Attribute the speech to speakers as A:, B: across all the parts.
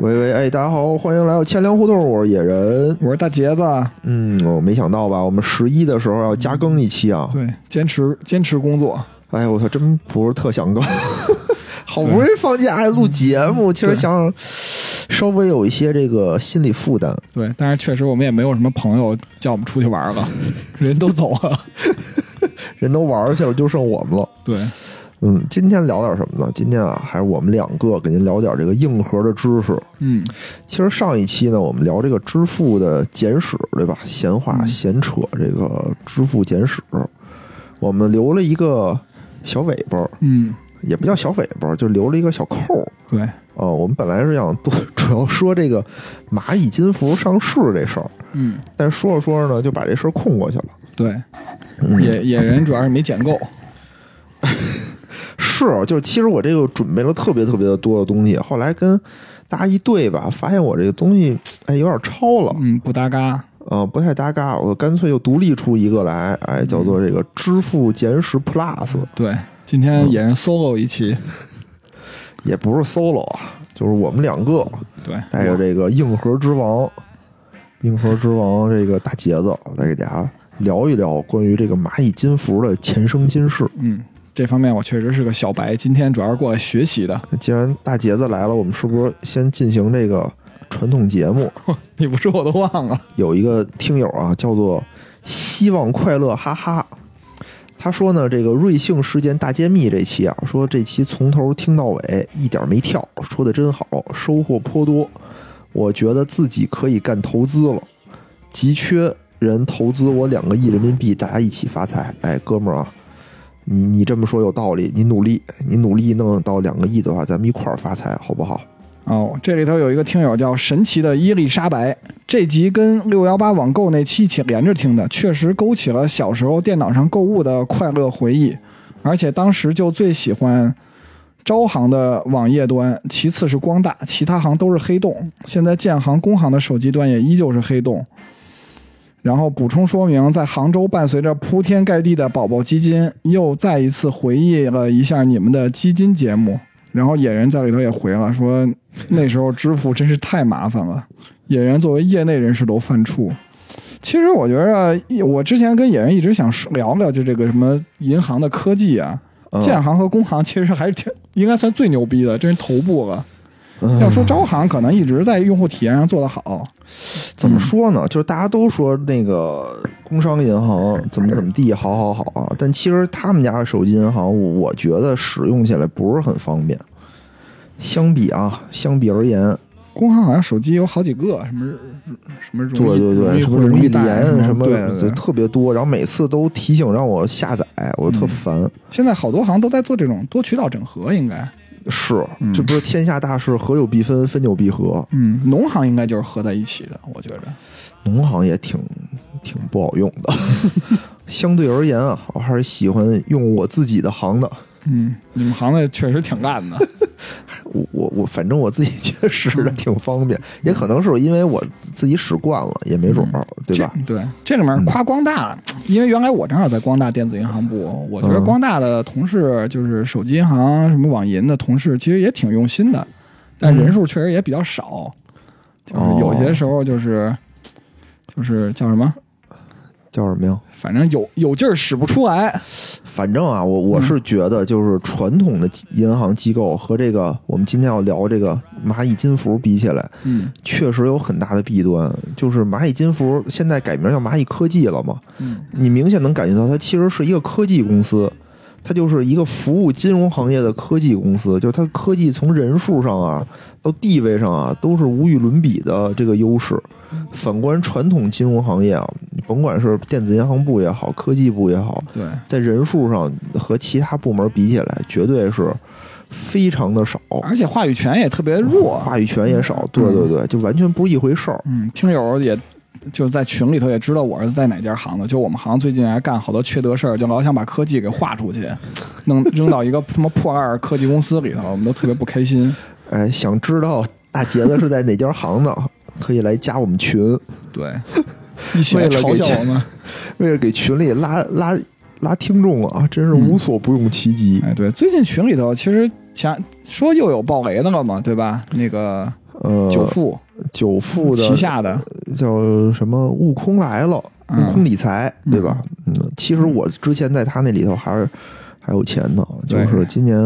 A: 喂喂，哎，大家好，欢迎来到千粮胡同，我是野人。
B: 我是大杰子，
A: 嗯，我没想到吧，我们十一的时候要加更一期啊。
B: 对，坚持坚持工作，
A: 哎，我操，真不是特想 更，好不容易放假还录节目，其实
B: 对
A: 想稍微有一些这个心理负担。
B: 对，但是确实我们也没有什么朋友叫我们出去玩 了，人都走了，
A: 人都玩儿去了，就剩我们了。
B: 对，
A: 嗯，今天聊点什么呢？今天啊，还是我们两个给您聊点这个硬核的知识。
B: 嗯，
A: 其实上一期呢，我们聊这个支付的简史，对吧？闲话
B: 嗯
A: 闲扯这个支付简史，我们留了一个小尾巴儿，
B: 嗯，
A: 也不叫小尾巴儿，就留了一个小扣儿。
B: 对，
A: 啊、我们本来是想多主要说这个蚂蚁金服上市这事儿，
B: 嗯，
A: 但说着说着呢，就把这事儿空过去了。
B: 对，
A: 嗯
B: 野野人主要是没捡够，
A: 是，就是其实我这个准备了特别特别的多的东西，后来跟大家一对吧，发现我这个东西哎有点超了，
B: 嗯，不搭嘎，
A: 呃，不太搭嘎，我干脆又独立出一个来，哎，叫做这个支付简史 Plus，
B: 对，今天野人 solo 一期，
A: 也不是 solo 啊，就是我们两个
B: 对，
A: 带着这个硬核之王，硬核之王这个大杰子来给大家聊一聊关于这个蚂蚁金服的前生今世。
B: 嗯，这方面我确实是个小白，今天主要是过来学习的，
A: 那既然大杰子来了，我们是不是先进行这个传统节目？
B: 你不说我都忘了，
A: 有一个听友啊，叫做“希望快乐哈哈”，他说呢，这个瑞幸事件大揭秘这期啊，说这期从头听到尾，一点没跳，说的真好，收获颇多。我觉得自己可以干投资了，急缺人投资我两个亿人民币，大家一起发财。哎，哥们儿啊，你你这么说有道理，你努力，你努力弄到两个亿的话，咱们一块儿发财，好不好？
B: 哦，这里头有一个听友叫神奇的伊丽莎白，这集跟六幺八网购那期一起连着听的，确实勾起了小时候电脑上购物的快乐回忆，而且当时就最喜欢招行的网页端，其次是光大，其他行都是黑洞。现在建行、工行的手机端也依旧是黑洞。然后补充说明，在杭州伴随着铺天盖地的宝宝基金，又再一次回忆了一下你们的基金节目。然后野人在里头也回了，说那时候支付真是太麻烦了，野人作为业内人士都犯怵。其实我觉得，我之前跟野人一直想说聊聊，就这个什么银行的科技啊，
A: 嗯
B: 建行和工行其实还是挺应该算最牛逼的，真是头部了。
A: 嗯
B: 要说招行，可能一直在用户体验上做得好。
A: 怎
B: 嗯
A: 么说呢？就是大家都说那个工商银行怎么怎么地，好好好啊。但其实他们家的手机银行，我我觉得使用起来不是很方便。相比啊，相比而言，
B: 工行好像手机有好几个，什么什么容
A: 对
B: 易
A: 对对，什么
B: 容
A: 容易
B: 带
A: 连什么
B: 对
A: 的
B: 对对。
A: 特别多，然后每次都提醒让我下载，我特
B: 嗯
A: 烦。
B: 现在好多行都在做这种多渠道整合，应该，
A: 是，
B: 嗯
A: 这不是天下大事，合久必分，分久必合。
B: 嗯，农行应该就是合在一起的，我觉着。
A: 农行也挺挺不好用的。 相对而言啊，我还是喜欢用我自己的行的。
B: 嗯，你们行的确实挺烂的。
A: 我我我，反正我自己确实是挺方便，也可能是因为我自己使惯了，也没准儿， 对吧？嗯
B: 这？对，这里面夸光大，因为原来我正好在光大电子银行部，我觉得
A: 嗯
B: 光大的同事就是手机银行、什么网银的同事，其实也挺用心的，但人数确实也比较少，就是有些时候就是就是叫什么，
A: 叫什么呀？
B: 反正有有劲儿使不出
A: 哦
B: 来。
A: 反正啊，我我是觉得，就是传统的银行机构和这个我们今天要聊这个蚂蚁金服比起来，
B: 嗯
A: 确实有很大的弊端。就是蚂蚁金服现在改名叫蚂蚁科技了嘛，
B: 嗯
A: 你明显能感觉到它其实是一个科技公司，它就是一个服务金融行业的科技公司，就是它科技从人数上啊到地位上啊都是无与伦比的这个优势。反观传统金融行业啊，你甭管是电子银行部也好，科技部也好，
B: 对，
A: 在人数上和其他部门比起来，绝对是非常的少，
B: 而且话语权也特别弱。
A: 话语权也少。对对对，就完全不是一回事儿。
B: 嗯，听友也就在群里头也知道我儿子在哪家行的，就我们行最近还干好多缺德事儿，就老想把科技给划出去，弄扔到一个他妈破烂儿科技公司里头，我们都特别不 开心。
A: 哎，想知道大杰子是在哪家行的，可以来加我们群。
B: 对，一起来
A: 为了
B: 嘲
A: 给
B: 笑我们。
A: 为了给群里拉拉拉听众啊，真是无所不用其极。
B: 哎，对，最近群里头其实前说又有爆雷的了嘛，对吧？那个
A: 呃，
B: 久富
A: 久富的
B: 旗下的，
A: 叫什么《悟空来了》，啊
B: 嗯
A: 悟空理财，对吧？嗯，其实我之前在他那里头还是还有钱呢，就
B: 对
A: 是今年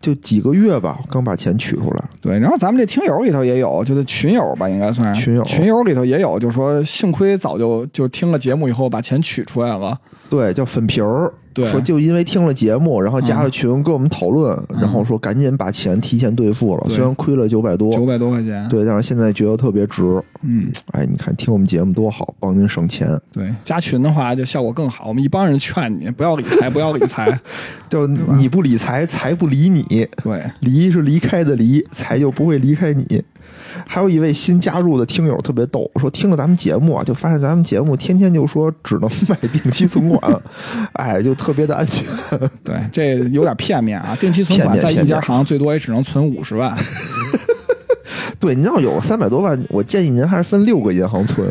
A: 就几个月吧，刚把钱取出来。
B: 对，然后咱们这听友里头也有，就是群友吧，应该算
A: 群友
B: 群友里头也有，就说幸亏早就就听了节目以后把钱取出来了，
A: 对，叫粉皮儿，
B: 对，
A: 说就因为听了节目，然后加了群跟我们讨论，
B: 嗯
A: 然后说赶紧把钱提前兑付了，
B: 对
A: 虽然亏了九百多，
B: 九百多块钱，
A: 对，但是现在觉得特别值。
B: 嗯，
A: 哎，你看听我们节目多好，帮您省钱。
B: 对，加群的话就效果更好，我们一帮人劝你不要理财，不要理 财，
A: 就
B: 吧
A: 你不理财，财不理你，
B: 对，
A: 离是离开的离，财就不会离开你。还有一位新加入的听友特别逗，说听了咱们节目啊，就发现咱们节目天天就说只能 买定期存款，哎，就特别的安全。
B: 对，这有点片面啊！定期存款
A: 片面
B: 在一
A: 片
B: 家
A: 面
B: 行最多也只能存五十 万，
A: 对，您要有三百多万，我建议您还是分六个银行存。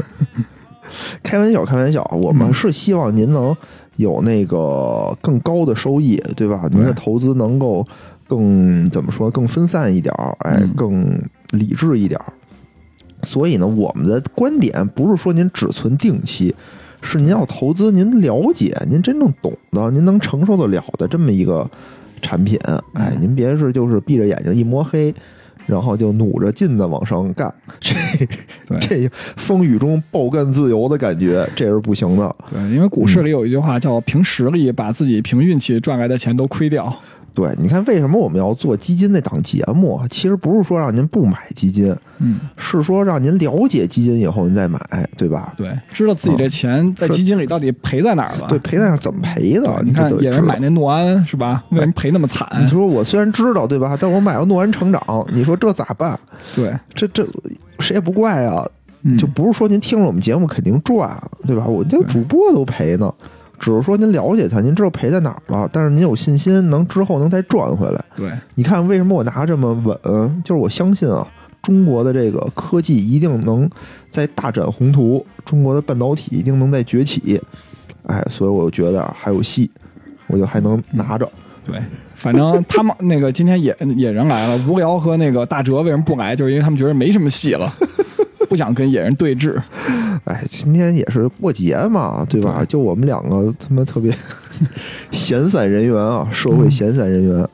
A: 开玩笑，开玩笑，啊我们是希望您能有那个更高的收益，对吧？您的投资能够更怎么说，更分散一点儿，哎
B: 嗯，
A: 更理智一点儿。所以呢，我们的观点不是说您只存定期，是您要投资，您了解，您真正懂的，您能承受得了的这么一个产品。哎，
B: 嗯
A: 您别是就是闭着眼睛一摸黑，然后就努着劲的往上干， 这
B: 对
A: 这风雨中暴干自由的感觉，这是不行的。
B: 对，因为股市里有一句话叫“凭实力把自己凭运气赚来的钱都亏掉
A: 对，你看为什么我们要做基金那档节目？其实不是说让您不买基金，”。
B: 嗯，
A: 是说让您了解基金以后您再买，对吧？
B: 对，知道自己这钱在
A: 是
B: 基金里到底赔在哪儿了。
A: 对，赔那样怎么赔
B: 对
A: 的？
B: 你看
A: 这得
B: 野人
A: 知道
B: 买那哎诺安是吧？为什么赔那么惨？
A: 你说我虽然知道对吧，但我买了诺安成长，你说这咋办？
B: 对，
A: 这这谁也不怪啊，
B: 嗯
A: 就不是说您听了我们节目肯定赚，啊对吧？我这
B: 对
A: 主播都赔呢，只是说您了解它，您知道赔在哪儿了，但是您有信心能之后能再赚回来。
B: 对，
A: 你看为什么我拿这么稳？就是我相信啊，中国的这个科技一定能在大展宏图，中国的半导体一定能在崛起。哎，所以我觉得啊还有戏，我就还能拿着。
B: 对，反正他们那个今天野野人来了，无聊和那个大哲为什么不来？就是因为他们觉得没什么戏了， 不想跟野人对峙。
A: 哎，今天也是过节嘛，对吧？就我们两个他妈特别闲散人员啊，社会闲散人员，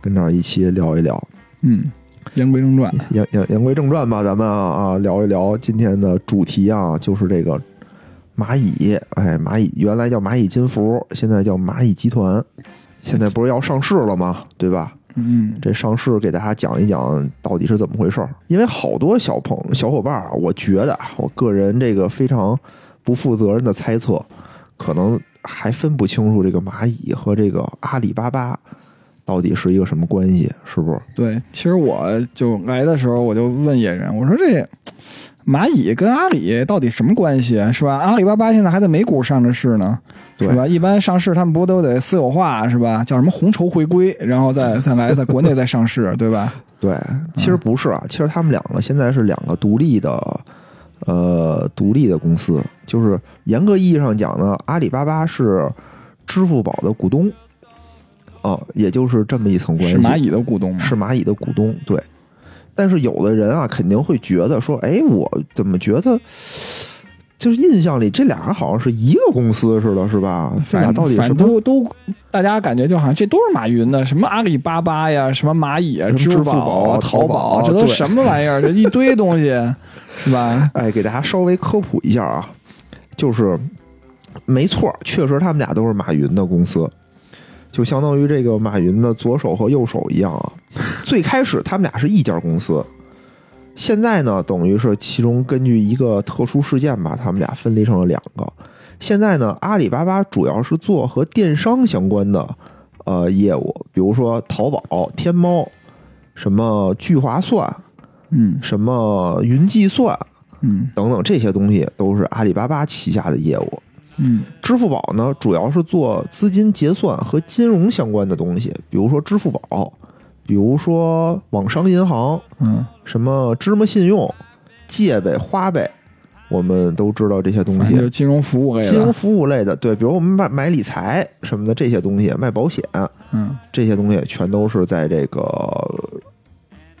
A: 跟这儿一起聊一聊。
B: 嗯，言归正传，
A: 言言言归正传吧，咱们啊啊聊一聊今天的主题啊，就是这个蚂蚁。哎，蚂蚁原来叫蚂蚁金服，现在叫蚂蚁集团，现在不是要上市了吗？对吧？
B: 嗯，
A: 这上市给大家讲一讲到底是怎么回事儿。因为好多小朋小伙伴儿啊，我觉得啊我个人这个非常不负责任的猜测，可能还分不清楚这个蚂蚁和这个阿里巴巴到底是一个什么关系，是不是？
B: 对，其实我就来的时候，我就问野人，我说这蚂蚁跟阿里到底什么关系啊是吧？阿里巴巴现在还在美股上着市呢，是
A: 对
B: 吧？一般上市他们不都得私有化是吧？叫什么红筹回归，然后再再来在国内再上市，对吧？
A: 对，其实不是啊，其实他们两个现在是两个独立的，呃，独立的公司。就是严格意义上讲呢，阿里巴巴是支付宝的股东，啊，也就是这么一层关系。
B: 是蚂蚁的股东吗？
A: 是蚂蚁的股东，对。但是有的人啊，肯定会觉得说，哎，我怎么觉得，就是印象里这俩好像是一个公司似的，是吧？这
B: 反
A: 俩
B: 正
A: 到底
B: 反
A: 什
B: 正
A: 么
B: 都都，大家感觉就好像这都是马云的，什么阿里巴巴呀，什么蚂蚁啊，
A: 什么支付
B: 宝啊、
A: 宝
B: 淘
A: 淘宝
B: 这都
A: 对
B: 什么玩意儿？这一堆东西，是吧？
A: 哎，给大家稍微科普一下啊，就是没错，确实他们俩都是马云的公司，就相当于这个马云的左手和右手一样啊。最开始他们俩是一家公司，现在呢，等于是其中根据一个特殊事件吧，他们俩分离成了两个。现在呢，阿里巴巴主要是做和电商相关的呃业务，比如说淘宝、天猫，什么聚划算，
B: 嗯
A: 什么云计算，
B: 嗯
A: 等等这些东西都是阿里巴巴旗下的业务。
B: 嗯
A: 支付宝呢，主要是做资金结算和金融相关的东西，比如说支付宝，比如说网商银行，
B: 嗯。
A: 什么芝麻信用、借呗、花呗，我们都知道这些东
B: 反正就
A: 西。
B: 是金融服务类
A: 嗯
B: 的，
A: 金融服务类的，对，比如我们买买理财什么的这些东西，卖保险
B: 嗯
A: 这些东西，全都是在这个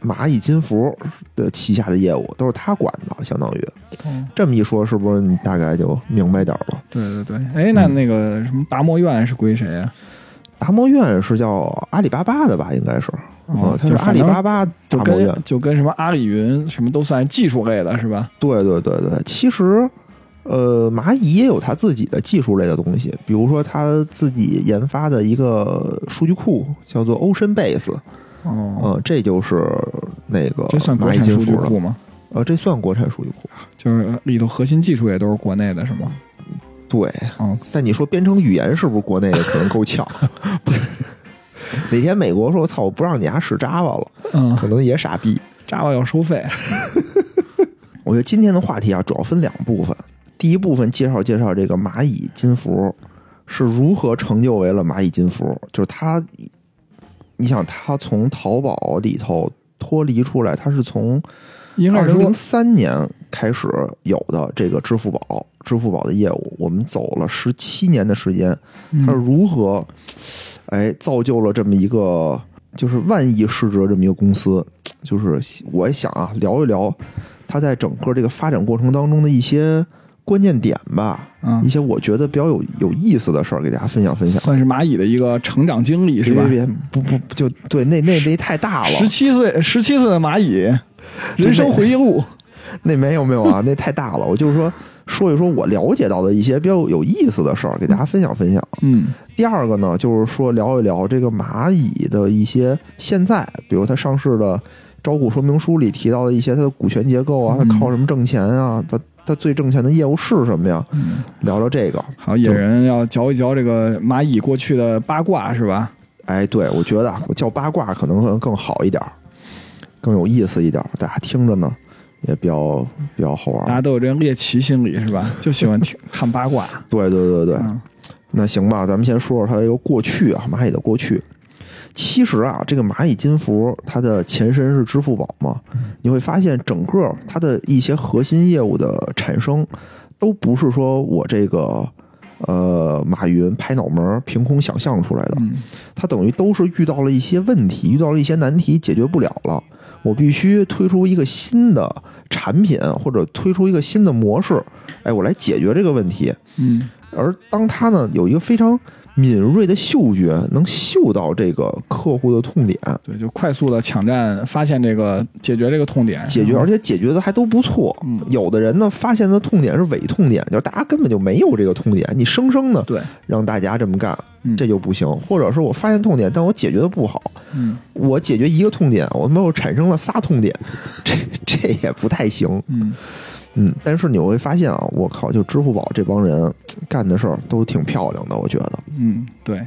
A: 蚂蚁金服的旗下的业务，都是他管的，相当于
B: 嗯
A: 这么一说，是不是你大概就明白点儿了？
B: 对对对，哎，那
A: 嗯
B: 那个什么达摩院是归谁啊呀、
A: 达摩院是叫阿里巴巴的吧？应该是，
B: 哦
A: 嗯，它
B: 就是反
A: 阿里
B: 正
A: 巴巴
B: 就
A: 达摩院
B: 跟。就跟什么阿里云什么都算技术类的是吧？
A: 对对对对，其实，呃，蚂蚁也有它自己的技术类的东西，比如说它自己研发的一个数据库叫做 Ocean Base，
B: 哦，
A: 呃，这就是那个
B: 这算国
A: 蚂蚁
B: 产
A: 金
B: 数据
A: 服了
B: 库。吗？
A: 呃，这算国产数据库。
B: 就是里头核心技术也都是国内的是吗？
A: 对，
B: 哦，
A: 但你说编程语言是不是国内的可 能够呛？ 哪天美国说“我操，我不让你丫使 Java 了”，
B: 嗯
A: 可能也傻逼。
B: ，Java 要收费。
A: 我觉得今天的话题啊，主要分两部分。第一部分介绍介绍这个蚂蚁金服是如何成就为了蚂蚁金服，就是它，你想它从淘宝里头脱离出来，它是从
B: 应该
A: 二
B: 是
A: 零
B: 说
A: 零三年开始有的这个支付宝，支付宝的业务，我们走了十七年的时间，它是
B: 嗯
A: 如何，哎，造就了这么一个就是万亿市值的这么一个公司，就是我也想啊，聊一聊它在整个这个发展过程当中的一些关键点吧，一
B: 嗯，
A: 些我觉得比较有有意思的事儿，给大家分享分享。
B: 算是蚂蚁的一个成长经历是吧？
A: 别别别不不就对，那那那太大了，
B: 十七岁，十七岁的蚂蚁，人生回忆录。
A: 那没有没有啊，那太大了。我就是说说一说我了解到的一些比较有意思的事儿，给大家分享分享。
B: 嗯
A: 第二个呢，就是说聊一聊这个蚂蚁的一些现在，比如它上市的招股说明书里提到的一些它的股权结构啊，它
B: 嗯
A: 靠什么挣钱啊，它它最挣钱的业务是什么呀？
B: 嗯，
A: 聊聊这个。
B: 好，野人要嚼一嚼这个蚂蚁过去的八卦是吧？
A: 哎，对，我觉得啊，我叫八卦可能更好一点儿，更有意思一点儿，大家听着呢也比较比较好玩
B: 大
A: 儿。
B: 家都有这猎奇心理是吧？就喜欢听 看八卦。
A: 对对 对对，
B: 嗯
A: 那行吧，咱们先说说它这个过去啊，蚂蚁的过去。其实啊，这个蚂蚁金服它的前身是支付宝嘛，你会发现整个它的一些核心业务的产生，都不是说我这个呃马云拍脑门儿凭空想象出来的，
B: 嗯
A: 它等于都是遇到了一些问题，遇到了一些难题解决不了了，我必须推出一个新的产品或者推出一个新的模式，哎，我来解决这个问题。
B: 嗯
A: 而当他呢有一个非常敏锐的嗅觉，能嗅到这个客户的痛点，
B: 对，就快速的抢占，发现这个解决这个痛点，
A: 解决，而且解决的还都不错。
B: 哎嗯
A: 有的人呢，发现的痛点是伪痛点，就是大家根本就没有这个痛点，你生生的
B: 对，
A: 让大家这么干，
B: 嗯
A: 这就不行。或者是我发现痛点，但我解决的不好，
B: 嗯
A: 我解决一个痛点，我们又产生了仨痛点，这这也不太行。
B: 嗯，
A: 嗯，但是你会发现啊，我靠，就支付宝这帮人干的事儿都挺漂亮的，我觉得。
B: 嗯，对，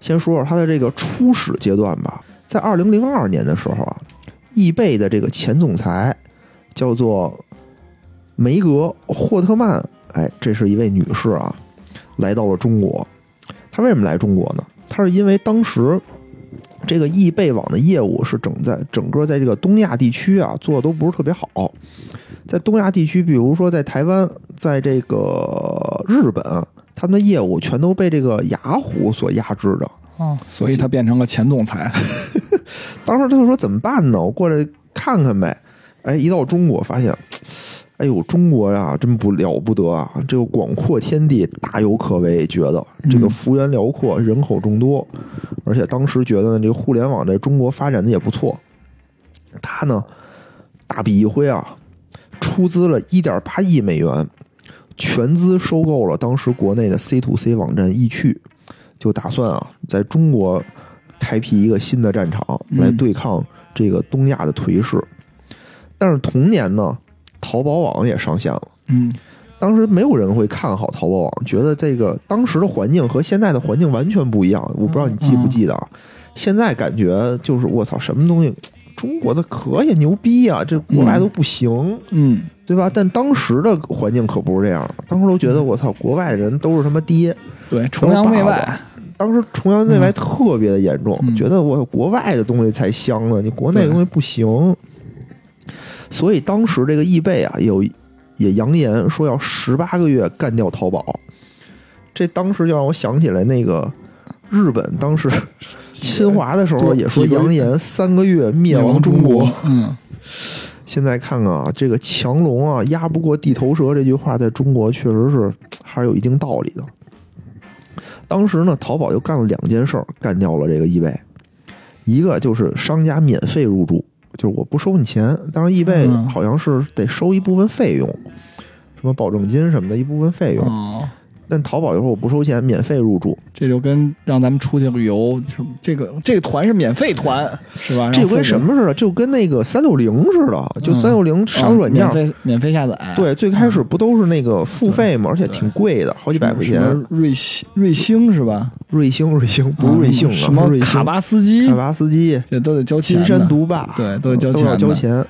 A: 先说说它的这个初始阶段吧。在二零零二年的时候啊，易贝的这个前总裁叫做梅格·霍特曼，哎，这是一位女士啊，来到了中国。她为什么来中国呢？她是因为当时这个易贝网的业务是整在整个在这个东亚地区啊做的都不是特别好，在东亚地区，比如说在台湾，在这个日本，啊他们的业务全都被这个雅虎所压制着。
B: 哦，所以他变成了前总裁，
A: 当时他就说怎么办呢？我过来看看呗。哎，一到中国发现，哎呦，中国呀、真不了不得啊！这个广阔天地大有可为，觉得这个
B: 嗯
A: 幅员辽阔，人口众多，而且当时觉得呢，这个互联网在中国发展的也不错。他呢，大笔一挥啊，出资了一点八亿美元，全资收购了当时国内的 C to C 网站易趣，就打算啊，在中国开辟一个新的战场
B: 嗯
A: 来对抗这个东亚的颓势。但是同年呢，淘宝网也上线了。
B: 嗯
A: 当时没有人会看好淘宝网，觉得这个当时的环境和现在的环境完全不一样。我不知道你记不记得啊？现在感觉就是我操，什么东西，中国的可以牛逼啊，这国外都不行，
B: 嗯，
A: 对吧？但当时的环境可不是这样，当时都觉得我操，国外的人都是他妈爹。
B: 对，崇洋媚
A: 都是
B: 外，
A: 当时崇洋媚外特别的严重，
B: 嗯
A: 觉得我国外的东西才香呢，你国内的东西不行。所以当时这个易贝啊，有也扬言说要十八个月干掉淘宝，这当时就让我想起来那个日本当 时侵华的时候也说扬言三个月灭亡中国。
B: 国，嗯，
A: 现在看看啊，这个强龙啊压不过地头蛇这句话，在中国确实是还是有一定道理的。当时呢，淘宝就干了两件事儿，干掉了这个易贝，一个就是商家免费入驻，就是我不收你钱，当然易贝
B: 嗯
A: 好像是得收一部分费用，什么保证金什么的一部分费用。
B: 哦，
A: 但淘宝就说我不收钱，嗯免费入驻，
B: 这就跟让咱们出去旅游，什么这个这个团是免费团是吧？
A: 这
B: 让
A: 就跟
B: 父
A: 什
B: 母
A: 么似的？就跟那个三六零似的，就
B: 嗯
A: 三六零杀
B: 啊
A: 毒软件
B: 免费免费下载，
A: 对，最开始不都是那个付费嘛，而且
B: 哎嗯对
A: 挺贵的，好几百块
B: 什
A: 钱。
B: 么瑞星瑞星是吧？
A: 瑞星，瑞星不是瑞幸啊，
B: 什么
A: 瑞星
B: 卡巴斯基
A: 卡，巴斯基、
B: 这都得交钱
A: 金
B: 的，
A: 山毒霸，
B: 对都得交
A: 都要
B: 钱，
A: 交。钱。
B: 嗯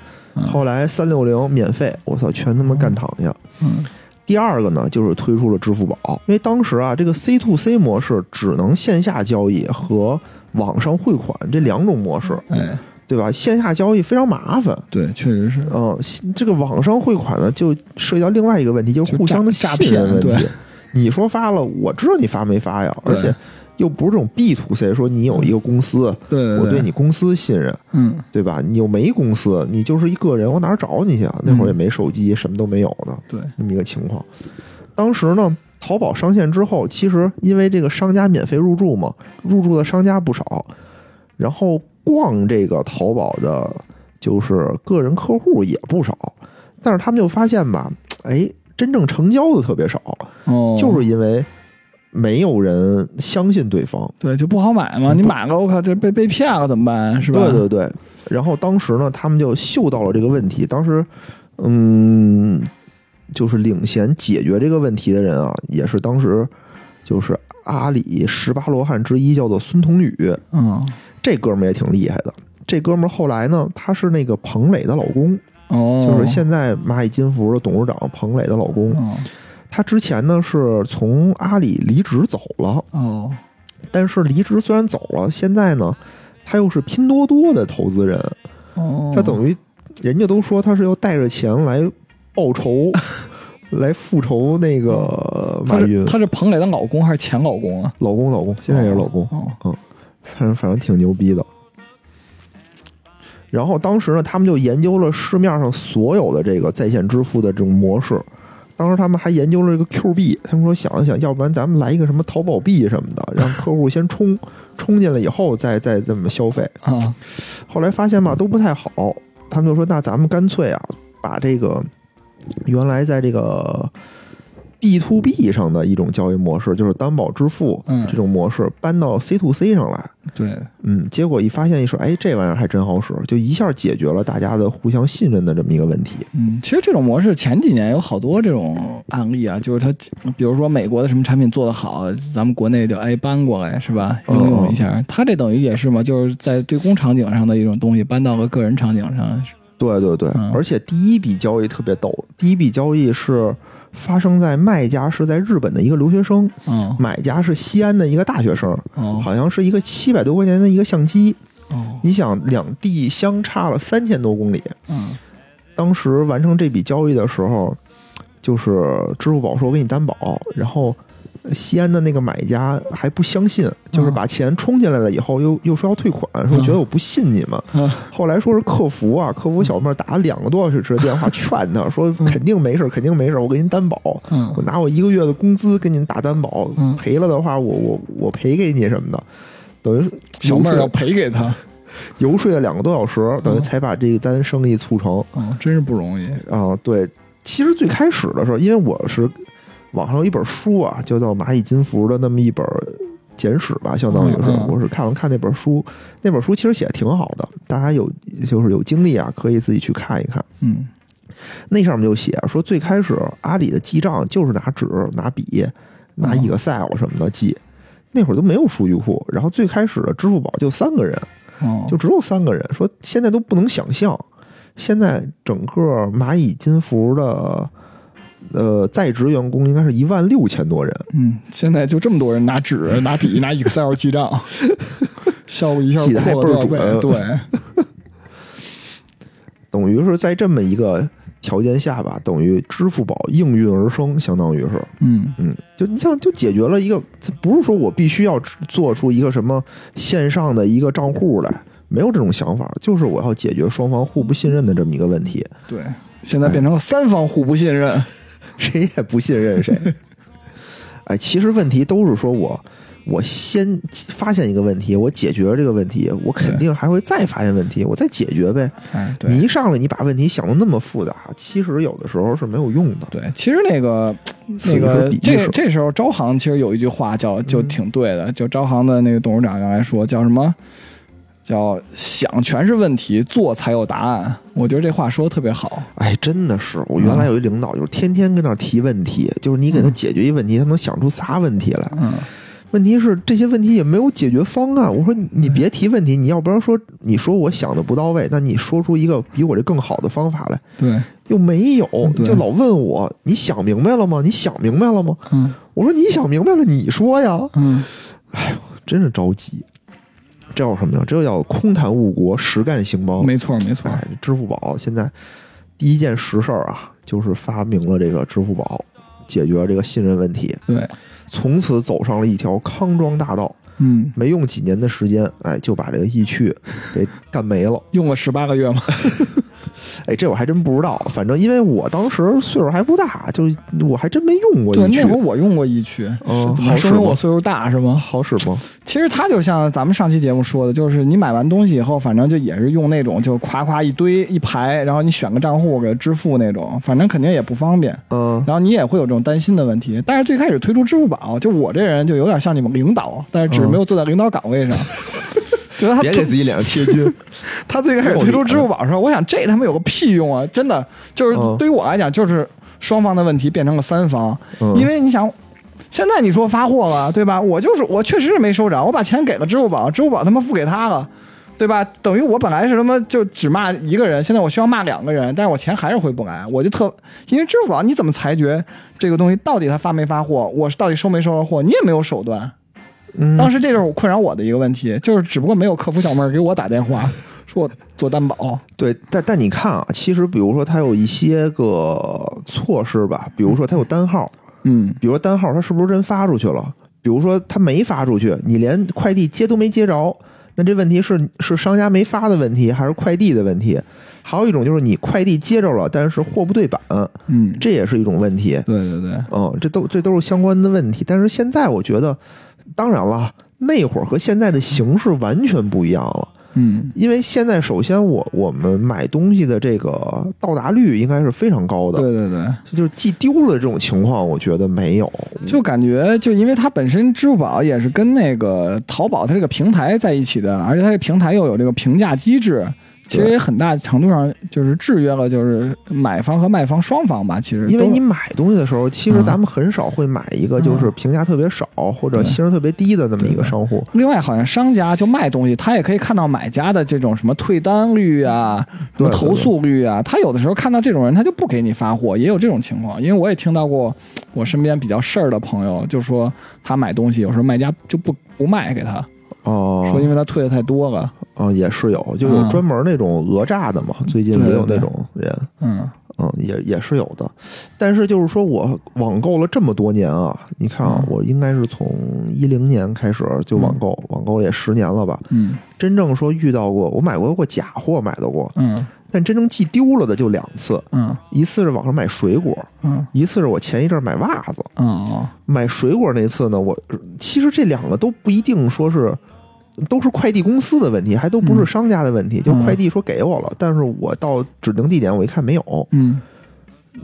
A: 后来三六零免费，我操，全他妈干躺下。
B: 嗯
A: 第二个呢，就是推出了支付宝，因为当时啊，这个 C to C 模式只能线下交易和网上汇款这两种模式，
B: 哎，
A: 对吧？线下交易非常麻烦。
B: 对，确实是，
A: 嗯，这个网上汇款呢，就涉及到另外一个问题，就是
B: 就
A: 互相的
B: 诈
A: 信任问
B: 诈骗
A: 题。你说发了，我知道你发没发呀，
B: 对
A: 而且又不是这种 B to C，说你有一个公司，
B: 对对对，
A: 我对你公司信任，
B: 嗯
A: 对吧？你又没公司，你就是一个人，我哪儿找你去啊？那会儿也没手机，什么都没有的，
B: 对，
A: 这么一个情况。当时呢，淘宝上线之后，其实因为这个商家免费入驻嘛，入驻的商家不少，然后逛这个淘宝的，就是个人客户也不少，但是他们就发现吧，哎，真正成交的特别少，
B: 哦，
A: 就是因为没有人相信对方。
B: 对，就不好买嘛，你买了，我靠，这被被骗了怎么办？是吧？
A: 嗯对对对。然后当时呢，他们就嗅到了这个问题。当时，嗯，就是领衔解决这个问题的人啊，也是当时就是阿里十八罗汉之一，叫做孙同宇。
B: 嗯，
A: 这哥们儿也挺厉害的。这哥们儿后来呢，他是那个彭磊的老公，
B: 哦，
A: 就是现在蚂蚁金服的董事长彭磊的老公。
B: 哦
A: 他之前呢是从阿里离职走了，
B: 哦，
A: 但是离职虽然走了，现在呢他又是拼多多的投资人。
B: 哦
A: 他等于人家都说他是要带着钱来报 仇，来复仇那个
B: 他
A: 马
B: 是
A: 云
B: 嗯他是彭磊的老公还是前老公啊？
A: 老公，老公现在也是老公，
B: 哦，
A: 反正反正挺牛逼的。然后当时呢，他们就研究了市面上所有的这个在线支付的这种模式。当时他们还研究了这个 Q 币，他们说想一想，要不然咱们来一个什么淘宝币什么的，让客户先充，充进来以后再再这么消费。
B: 啊，
A: 后来发现吧都不太好，他们就说那咱们干脆啊，把这个原来在这个 B to B 上的一种交易模式，就是担保支付
B: 嗯
A: 这种模式搬到 C to C 上来。
B: 对，
A: 嗯，结果一发现一说，哎，这玩意儿还真好使，就一下解决了大家的互相信任的这么一个问题。
B: 嗯，其实这种模式前几年有好多这种案例啊，就是他，比如说美国的什么产品做得好，咱们国内就哎搬过来是吧，应用一下。他这等于也是嘛，就是在对公场景上的一种东西搬到了个人场景上。
A: 对对对，
B: 嗯
A: 而且第一笔交易特别逗，第一笔交易是发生在卖家是在日本的一个留学生，
B: 嗯，
A: 买家是西安的一个大学生，
B: 哦
A: 好像是一个七百多块钱的一个相机。
B: 哦，
A: 你想，两地相差了三千多公里。
B: 嗯
A: 当时完成这笔交易的时候，就是支付宝说我给你担保，然后西安的那个买家还不相信，就是把钱充进来了以后，又又说要退款，说我觉得我不信你们。
B: 嗯
A: 后来说是客服啊，客服小妹儿打了两个多小时的电话劝他，说肯定没事，肯定没事，我给您担保，我
B: 嗯，
A: 拿我一个月的工资跟您打担保
B: 嗯，
A: 赔了的话我我我赔给你什么的，等于
B: 小妹儿
A: 游
B: 要
A: 说
B: 赔给他，
A: 游说了两个多小
B: 嗯
A: 时，等于才把这单生意促成
B: 哦，真是不容易。
A: 啊。对，其实最开始的时候，因为我是网上有一本书啊，就叫《蚂蚁金服》的那么一本简史吧，相当于是
B: 嗯嗯，
A: 我是看了看那本书，那本书其实写的挺好的，大家有就是有精力啊，可以自己去看一看。
B: 嗯
A: 那上面就写啊说，最开始阿里的记账就是拿纸、拿笔、拿
B: 嗯
A: Excel 什么的记。那会儿都没有数据库，然后最开始的支付宝就三个人，
B: 哦，
A: 就只有三个人，说现在都不能想象，现在整个蚂蚁金服的呃在职员工应该是一万六千多人，
B: 嗯，现在就这么多人拿纸、拿笔、拿 Excel 记账， 效率一下
A: 记得还
B: 扩了多少
A: 倍儿
B: 倍？对，
A: 等于是在这么一个条件下吧，等于支付宝应运而生，相当于是，
B: 嗯
A: 嗯，就你像就解决了一个，这不是说我必须要做出一个什么线上的一个账户来，没有这种想法，就是我要解决双方互不信任的这么一个问题，
B: 对，现在变成了三方互不信任。
A: 谁也不信任谁。哎，其实问题都是说我我先发现一个问题，我解决了这个问题，我肯定还会再发现问题，我再解决呗。
B: 哎，对，
A: 你一上来你把问题想的那么复杂，其实有的时候是没有用的。
B: 对，其实那个
A: 此
B: 那
A: 一时
B: 个
A: 彼一
B: 这
A: 时
B: 这时候招行其实有一句话叫就挺对的，就招行的那个董事长原来说叫什么？叫想全是问题，做才有答案。我觉得这话说的特别好。
A: 哎，真的是，我原来有一领导，就是天天跟那儿提问题，就是你给他解决一问题，他能想出仨问题来。
B: 嗯，
A: 问题是这些问题也没有解决方案。我说你你别提问题，你要不然说你说我想的不到位，那你说出一个比我这更好的方法来，
B: 对，
A: 又没有，
B: 对
A: 就老问我你想明白了吗？你想明白了吗？
B: 嗯
A: 我说你想明白了，你说呀，哎
B: 嗯，
A: 真是着急。这叫什么呀？这叫空谈误国，实干兴邦。
B: 没错没错。
A: 哎，支付宝现在第一件实事儿啊，就是发明了这个支付宝，解决这个信任问题，
B: 对，
A: 从此走上了一条康庄大道。
B: 嗯，
A: 没用几年的时间，哎，就把这个易趣给干没了。
B: 用了十八个月嘛。
A: 哎，这我还真不知道，反正因为我当时岁数还不大，就是我还真没用过
B: 对，
A: 易趣
B: 那。会儿我用过易趣，
A: 哦
B: 是怎么
A: 好
B: 说
A: 使
B: 明
A: 吗
B: 我岁数大是吗？
A: 好使吗？
B: 其实它就像咱们上期节目说的，就是你买完东西以后，反正就也是用那种就夸夸一堆一排，然后你选个账户给它支付那种，反正肯定也不方 便。
A: 嗯，
B: 然后你也会有这种担心的问题。但是最开始推出支付宝，就我这人就有点像你们领导，但是只是没有坐在领导岗位上。 觉得他
A: 哦别给自己脸上贴 金。
B: 他最开始推出支付宝的时候，我想这他妈有个屁用啊！真的，就是
A: 嗯
B: 对于我来讲，就是双方的问题变成了三方，
A: 嗯
B: 因为你想。现在你说发货了，对吧？我就是我确实是没收着，我把钱给了支付宝，支付宝他妈付给他了，对吧？等于我本来是他妈就只骂一个人，现在我需要骂两个人，但是我钱还是回不来，我就特因为支付宝你怎么裁决这个东西到底他发没发货，我是到底收没收着货，你也没有手段，
A: 嗯，
B: 当时这就是困扰我的一个问题，就是只不过没有客服小妹儿给我打电话说我做担保。
A: 对，但但你看啊，其实比如说它有一些个措施吧，比如说它有单号，
B: 嗯，
A: 比如说单号它是不是真发出去了？比如说它没发出去，你连快递接都没接着，那这问题是是商家没发的问题，还是快递的问题？还有一种就是你快递接着了，但是货不对版，
B: 嗯，
A: 这也是一种问题。
B: 对对对，
A: 嗯，这都这都是相关的问题。但是现在我觉得，当然了，那会儿和现在的形势完全不一样了。
B: 嗯，
A: 因为现在首先我我们买东西的这个到达率应该是非常高
B: 对
A: 的，
B: 对对，
A: 就是寄丢了这种情况，我觉得没有。
B: 就感觉就因为它本身支付宝也是跟那个淘宝它这个平台在一起的，而且它这平台又有这个评价机制，其实
A: 对
B: 也很大程度上就是制约了就是买方和卖方双方吧，其实
A: 因为
B: 都
A: 你买东西的时候，其实
B: 嗯
A: 咱们很少会买一个
B: 嗯
A: 就是评价特别少或者
B: 对
A: 信任特别低的那么一个商户。
B: 另外，好像商家就卖东西，他也可以看到买家的这种什么退单率啊、什
A: 对
B: 么投诉率啊。他有的时候看到这种人，他就不给你发货，也有这种情况。因为我也听到过我身边比较事儿的朋友，就说他买东西，有时候卖家就不不卖给他，
A: 哦
B: 说因为他退的太多了。
A: 哦，也是有，就有
B: 嗯
A: 专门那种讹诈的嘛。最近
B: 对
A: 也有
B: 对
A: 那种人，
B: 嗯
A: 嗯，也也是有的。但是就是说我网购了这么多年啊，你看啊
B: 嗯，
A: 我应该是从一零年开始就网购，网购也十年了吧。
B: 嗯
A: 真正说遇到过，我买过过假货，买到过，
B: 嗯
A: 但真正寄丢了的就两次，
B: 嗯
A: 一次是网上买水果，
B: 嗯
A: 一次是我前一阵儿买袜子。
B: 嗯哦
A: 买水果那次呢，我其实这两个都不一定说是。都是快递公司的问题，还都不是
B: 嗯
A: 商家的问题。就快递说给我了，但是我到指定地点我一看没有。
B: 嗯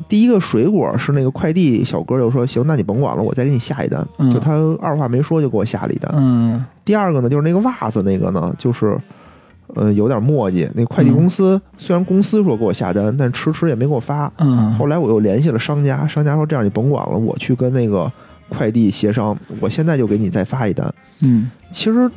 A: 第一个水果是那个快递小哥就说：“行，那你甭管了，我再给你下一单。
B: 嗯
A: 就他二话没说就给我下了一单。
B: 嗯
A: 第二个呢，就是那个袜子那个呢，就是呃有点磨叽。那快递公司、虽然公司说给我下单，但迟迟也没给我发。
B: 嗯
A: 后来我又联系了商家，商家说这样你甭管了，我去跟那个快递协商，我现在就给你再发一单。
B: 嗯，
A: 其实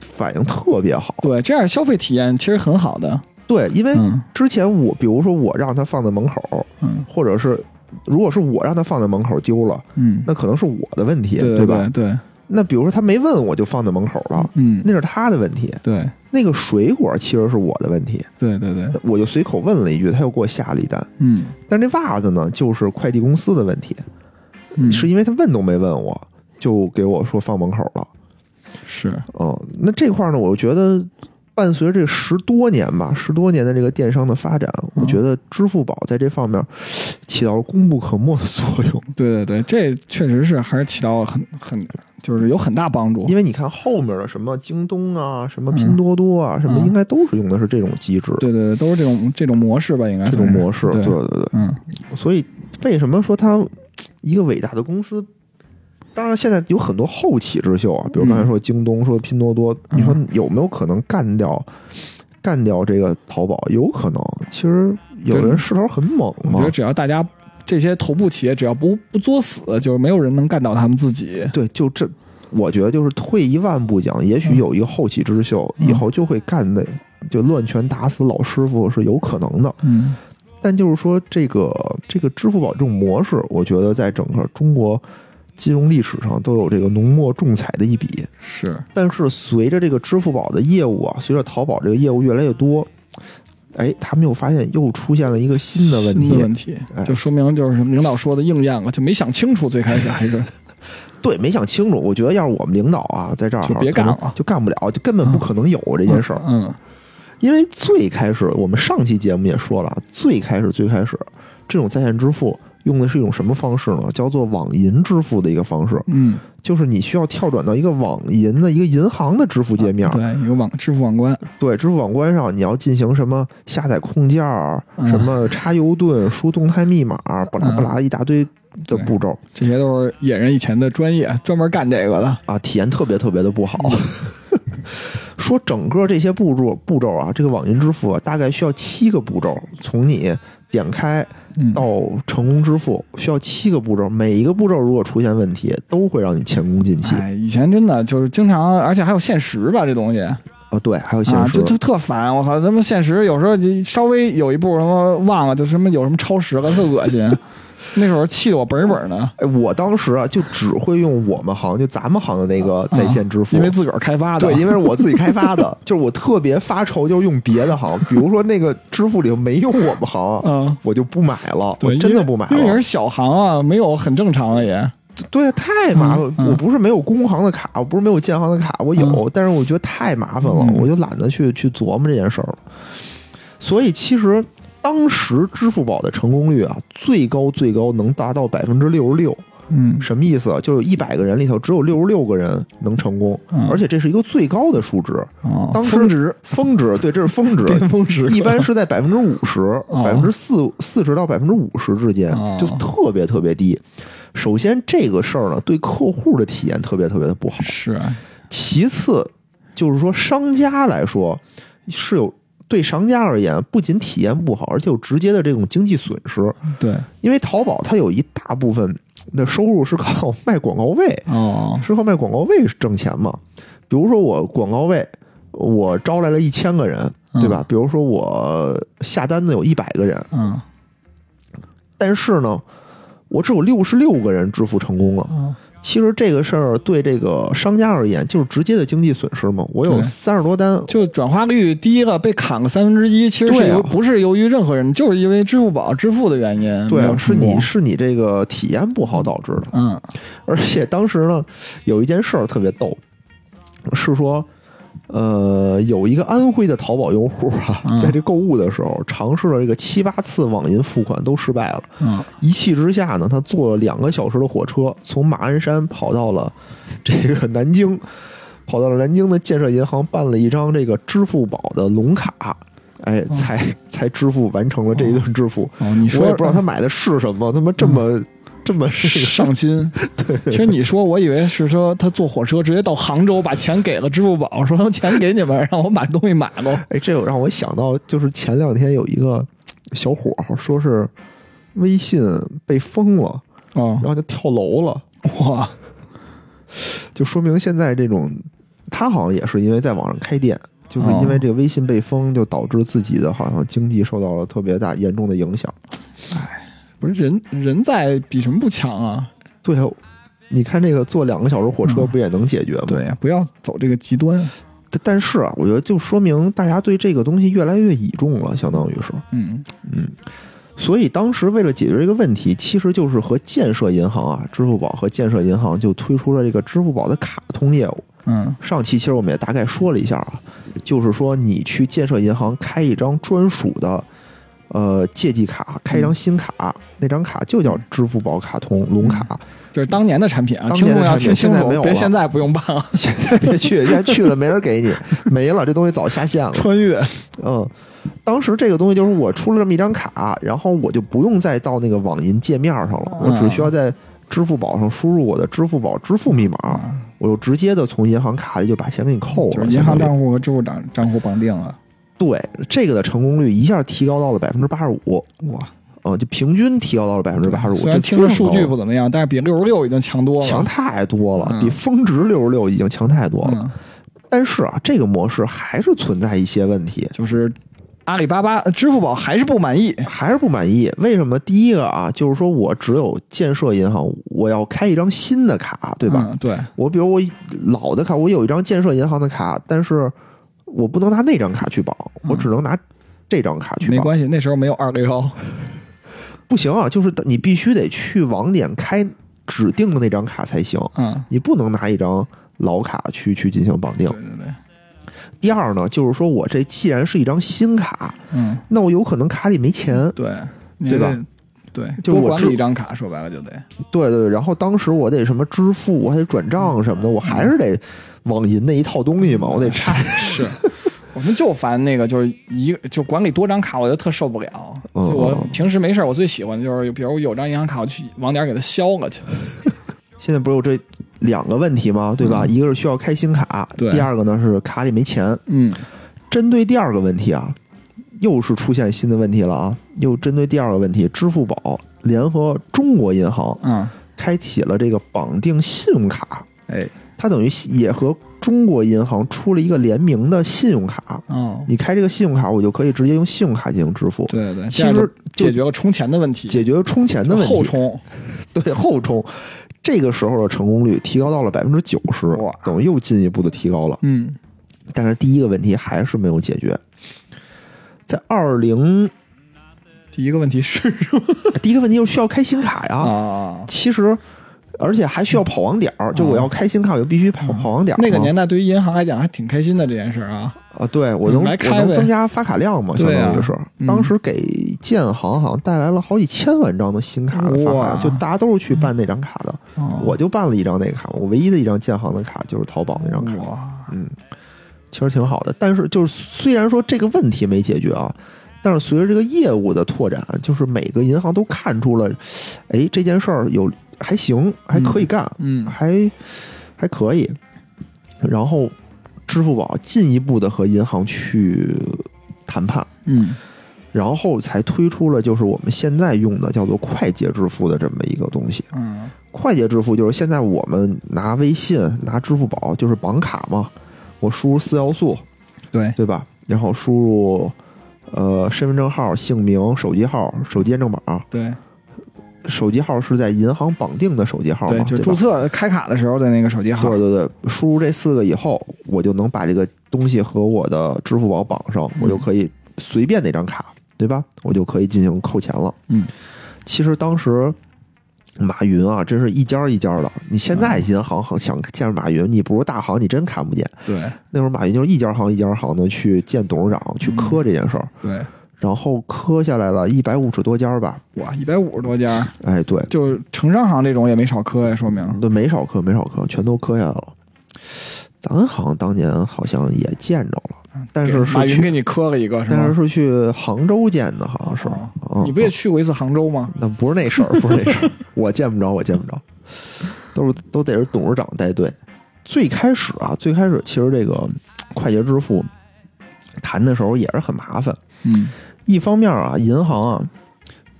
A: 反应特别好，
B: 对，这样消费体验其实很好的。
A: 对，因为
B: 嗯
A: 之前我比如说我让他放在门口，
B: 嗯
A: 或者是如果是我让他放在门口丢了，
B: 嗯，
A: 那可能是我的问题，
B: 对
A: 吧？
B: 对，
A: 那比如说他没问我就放在门口了，
B: 嗯，
A: 那是他的问题。
B: 对
A: 那个水果其实是我的问题，
B: 对对对，
A: 我就随口问了一句，他又给我下了一单。
B: 嗯，
A: 但这袜子呢，就是快递公司的问题，
B: 嗯
A: 是因为他问都没问我，就给我说放门口了。
B: 是，
A: 嗯，那这块儿呢，我觉得伴随着这十多年吧，十多年的这个电商的发展，我觉得支付宝在这方面起到了功不可没的作用。
B: 对对对，这确实是还是起到很很就是有很大帮助
A: 因。为你看后面的什么京东啊、什么拼多多啊、什么，应该都是用的是这种机制、
B: 嗯对对对，都是这种这种模式吧，应该
A: 这种
B: 算是
A: 模式。
B: 对
A: 对对对，
B: 嗯，
A: 所以为什么说它一个伟大的公司？当然，现在有很多后起之秀啊，比如刚才说京东、说拼多多，
B: 嗯
A: 你说有没有可能干掉干掉这个淘宝？有可能。其实有的人势头很猛
B: 我
A: 嘛
B: 觉得，只要大家这些头部企业只要不不作死，就没有人能干倒他们自己。
A: 对，就这，我觉得就是退一万步讲，也许有一个后起之秀，
B: 嗯
A: 以后就会干的就乱拳打死老师傅是有可能的。
B: 嗯
A: 但就是说，这个这个支付宝这种模式，我觉得在整个中国金融历史上都有这个浓墨重彩的一笔。
B: 是，
A: 但是随着这个支付宝的业务啊，随着淘宝这个业务越来越多，哎，他们又发现又出现了一个新的问题。
B: 问题
A: 哎
B: 就说明就是领导说的应验了，就没想清楚，最开
A: 哎
B: 始还是
A: 对，没想清楚。我觉得要是我们领导啊，在这儿
B: 就别干了
A: 可能就干不了，就根本不可能有这件事儿。
B: 嗯，
A: 因为最开始我们上期节目也说了，最开始最开始这种在线支付用的是一种什么方式呢？叫做网银支付的一个方式。
B: 嗯，
A: 就是你需要跳转到一个网银的一个银行的支付界面，
B: 对，有网支付网关，
A: 对支付网关上你要进行什么下载控件儿、
B: 嗯
A: 什么插 U 盾、输动态密码，巴拉巴拉一大堆的
B: 对
A: 步骤
B: 这些都是野人以前的专业，专门干这个的。
A: 啊，体验特别特别的不好。 说整个这些步骤步骤啊，这个网银支付、啊、大概需要七个步骤，从你点开
B: 嗯，
A: 到成功支付需要七个步骤，每一个步骤如果出现问题，都会让你前功尽弃。
B: 哎，以前真的就是经常，而且还有限时吧，这东西啊，
A: 哦，对，还有限时
B: 就，就特烦。我靠，他妈限时有时候你稍微有一步他妈忘了，就什么有什么超时了，特恶 心。那时候气得我本儿本儿呢，
A: 哎，我当时啊，就只会用我们行，就咱们行的那个在线支付，
B: 啊因为自个儿开发的。
A: 对，因为是我自己开发 的，就是我特别发愁，就是用别的行，比如说那个支付里头没用我们行，
B: 嗯，
A: 我就不买了，我
B: 对，
A: 真
B: 因
A: 的
B: 为
A: 不买
B: 因为你
A: 了
B: 是。小行啊，没有很正常啊也。
A: 对，太麻烦
B: 嗯，嗯
A: 我不是没有工行的卡，我不是没有建行的卡，我有，
B: 嗯
A: 但是我觉得太麻烦了，
B: 嗯
A: 我就懒得去去琢磨这件事儿了。所以其实当时支付宝的成功率啊，最高最高能达到百分之六十六。
B: 嗯
A: 什么意思啊？就是一百个人里头只有六十六个人能成功，
B: 嗯
A: 而且这是一个最高的数值，
B: 哦，
A: 当时
B: 峰值。
A: 峰值，对，这是峰值
B: 巅峰时刻
A: 一般是在百分之五十、百分之四四十到百分之五十之间
B: 哦，
A: 就特别特别低。首先，这个事儿呢，对客户的体验特别特别的不好。
B: 是
A: 其次，就是说商家来说是有对商家而言，不仅体验不好，而且有直接的这种经济损失。
B: 对
A: 因为淘宝它有一大部分的收入是靠卖广告位，
B: 哦，
A: 是靠卖广告位挣钱嘛。比如说我广告位，我招来了一千个人，
B: 嗯
A: 对吧？比如说我下单子有一百个人，
B: 嗯
A: 但是呢，我只有六十六个人支付成功了。
B: 嗯
A: 其实这个事儿对这个商家而言，就是直接的经济损失嘛。我有
B: 对
A: 三十多单，
B: 就转化率低了，被砍个三分之一，其实是
A: 对啊
B: 由、不是由于任何人，就是因为支付宝支付的原因。
A: 对
B: 没
A: 啊，
B: 有
A: 是
B: 成
A: 你
B: 功
A: 是你这个体验不好导致的。
B: 嗯
A: 而且当时呢，有一件事儿特别逗，是说，呃，有一个安徽的淘宝用户啊
B: 嗯，
A: 在这购物的时候尝试了这个七八次网银付款都失败了，
B: 嗯，
A: 一气之下呢，他坐了两个小时的火车，从马鞍山跑到了这个南京，跑到了南京的建设银行办了一张这个支付宝的龙卡。哎，才才支付完成了这一顿支付，
B: 哦，你说
A: 我也不知道他买的是什么，他妈这么、这么这个
B: 上心。对，其实你说，我以为是说他坐火车直接到杭州，把钱给了支付宝，说钱给你们，让我把东西买了。
A: 哎，这有让我想到，就是前两天有一个小伙儿说是微信被封了，
B: 哦
A: 然，后就跳楼了，
B: 哇，
A: 就说明现在这种他好像也是因为在网上开店，就是因
B: 哦
A: 为这个微信被封，就导致自己的好像经济受到了特别大严重的影响。
B: 不是人人在比什么不强啊？
A: 对，你看这个坐两个小时火车
B: 嗯
A: 不也能解决吗？
B: 对，不要走这个极端。
A: 但但是啊，我觉得就说明大家对这个东西越来越倚重了，相当于是，
B: 嗯
A: 嗯。所以当时为了解决这个问题，其实就是和建设银行啊，支付宝和建设银行就推出了这个支付宝的卡通业务。
B: 嗯
A: 上期其实我们也大概说了一下啊，就是说你去建设银行开一张专属的呃借记卡，开一张新卡，那张卡就叫支付宝卡通龙卡。
B: 就是当年的产品啊，
A: 当
B: 听
A: 年的
B: 众要
A: 产品
B: 听清
A: 现在没有
B: 楚，别
A: 了
B: 现在不用办 啊，
A: 现在别去，现在去了没人给你，没了，这东西早下线了。
B: 穿 越。
A: 嗯，当时这个东西就是我出了这么一张卡，然后我就不用再到那个网银界面上了，我只需
B: 嗯
A: 要在支付宝上输入我的支付宝支付密码，我就直接的从银行卡里就把钱给你扣
B: 嗯就
A: 了。
B: 是银
A: 相
B: 行
A: 当于
B: 账户和支付账账户绑定了。
A: 对这个的成功率一下提高到了百分之八十五，
B: 哇，
A: 嗯，就平均提高到了百分之八十五，
B: 虽然
A: 这
B: 听着数据
A: 非常
B: 不怎么样，但是比六十六已经强多
A: 高
B: 了。
A: 强太多了，
B: 嗯
A: 比峰值六十六已经强太多了。
B: 嗯，
A: 但是啊，这个模式还是存在一些问题，
B: 就是阿里巴巴、呃支付宝还是不满意。
A: 还是不满意。为什么？第一个啊，就是说我只有建设银行，我要开一张新的卡，对吧？
B: 嗯对，
A: 我比如我老的卡，我有一张建设银行的卡，但是我不能拿那张卡去绑，
B: 嗯
A: 我只能拿这张卡去
B: 没
A: 绑。
B: 关系，那时候没有二零幺。
A: 不行啊，就是你必须得去网点开指定的那张卡才行，
B: 嗯，
A: 你不能拿一张老卡去去进行绑定
B: 对。对对，
A: 第二呢，就是说我这既然是一张新卡，
B: 嗯，
A: 那我有可能卡里没钱。
B: 对，你
A: 对吧
B: 得？对，
A: 就
B: 多
A: 我
B: 管
A: 支
B: 理一张卡，说白了就得。
A: 对对，对然后当时我得什么支付，我还得转账什么的，我还是得网银那一套东西嘛，我得拆。
B: 是，我们就烦那个，就是一个就管理多张卡，我就特受不了。就
A: 嗯
B: 我
A: 嗯嗯
B: 平时没事儿，我最喜欢就是，比如我有张银行卡，我去网点给它消了去。
A: 现在不是有这两个问题吗？对吧？一个是需要开新卡，
B: 对
A: 第二个呢是卡里没钱。
B: 嗯
A: 针对第二个问题啊，又是出现新的问题了啊！又针对第二个问题，支付宝联合中国银行
B: 啊，
A: 开启了这个绑定信用卡，
B: 哎，
A: 它等于也和中国银行出了一个联名的信用卡。
B: 哦，
A: 你开这个信用卡，我就可以直接用信用卡进行支付，
B: 对对对，
A: 其
B: 这样就
A: 实就
B: 解决了充钱的问题，
A: 解决充钱的问题。
B: 后充。
A: 对后充，这个时候的成功率提高到了百分之九十
B: 哇，
A: 等于又进一步的提高了。
B: 嗯
A: 但是第一个问题还是没有解决。在二零，
B: 第一个问题是
A: 第一个问题就是需要开新卡呀。
B: 啊，
A: 其实，而且还需要跑网点儿，就我要开新卡，我就必须跑、跑网点儿嘛。
B: 啊那个年代对于银行来讲还挺开心的这件事儿啊。
A: 啊，对我能
B: 嗯来
A: 我
B: 开呗
A: 能增加发卡量嘛，相
B: 对啊
A: 当于是。
B: 嗯
A: 当时给建行好像带来了好几千万张的新卡的发卡量，
B: 哇
A: 就大家都是去办那张卡的。
B: 哦
A: 我就办了一张那卡，我唯一的一张建行的卡就是淘宝那张卡。
B: 哇，
A: 其实挺好的。但是就是虽然说这个问题没解决啊，但是随着这个业务的拓展，就是每个银行都看出了，哎，这件事儿有还行，还可以干，
B: 嗯
A: 还还可以。然后支付宝进一步的和银行去谈判。
B: 嗯
A: 然后才推出了就是我们现在用的叫做快捷支付的这么一个东西。
B: 嗯
A: 快捷支付就是现在我们拿微信、拿支付宝就是绑卡嘛，我输入四要素，
B: 对，
A: 对吧？然后输入呃身份证号、姓名、手机号、手机验证码。
B: 对
A: 手机号是在银行绑定的手机号嘛？
B: 对，就
A: 对吧
B: 注。册开卡的时候的那个手机号
A: 对，对对，输入这四个以后，我就能把这个东西和我的支付宝绑上，我就可以随便哪张卡，对吧？我就可以进行扣钱了。
B: 嗯，
A: 其实当时马云啊，真是一家一家的。你现在银行行想见着马云，你不如大行，你真看不见。
B: 对
A: 那会儿马云就是一家行一家行的去见董事长，去磕这件事儿。
B: 对，
A: 然后磕下来了一百五十多家吧。
B: 哇，一百五十多家，
A: 哎，对，
B: 就是城商行这种也没少磕呀，说明
A: 都没少磕，没少磕，全都磕下来了。咱行当年好像也见着了，但是
B: 给马
A: 是
B: 云
A: 去，
B: 给你磕了一个，
A: 但是
B: 吗？
A: 是去杭州见的，好像是。
B: 哦
A: 嗯
B: 你不也去过一次杭州吗？
A: 那不是那事儿，不是那事儿，我见不着，我见不着，都是都得是董事长带队。最开始啊，最开始其实这个快捷支付谈的时候也是很麻烦，
B: 嗯，
A: 一方面啊，银行啊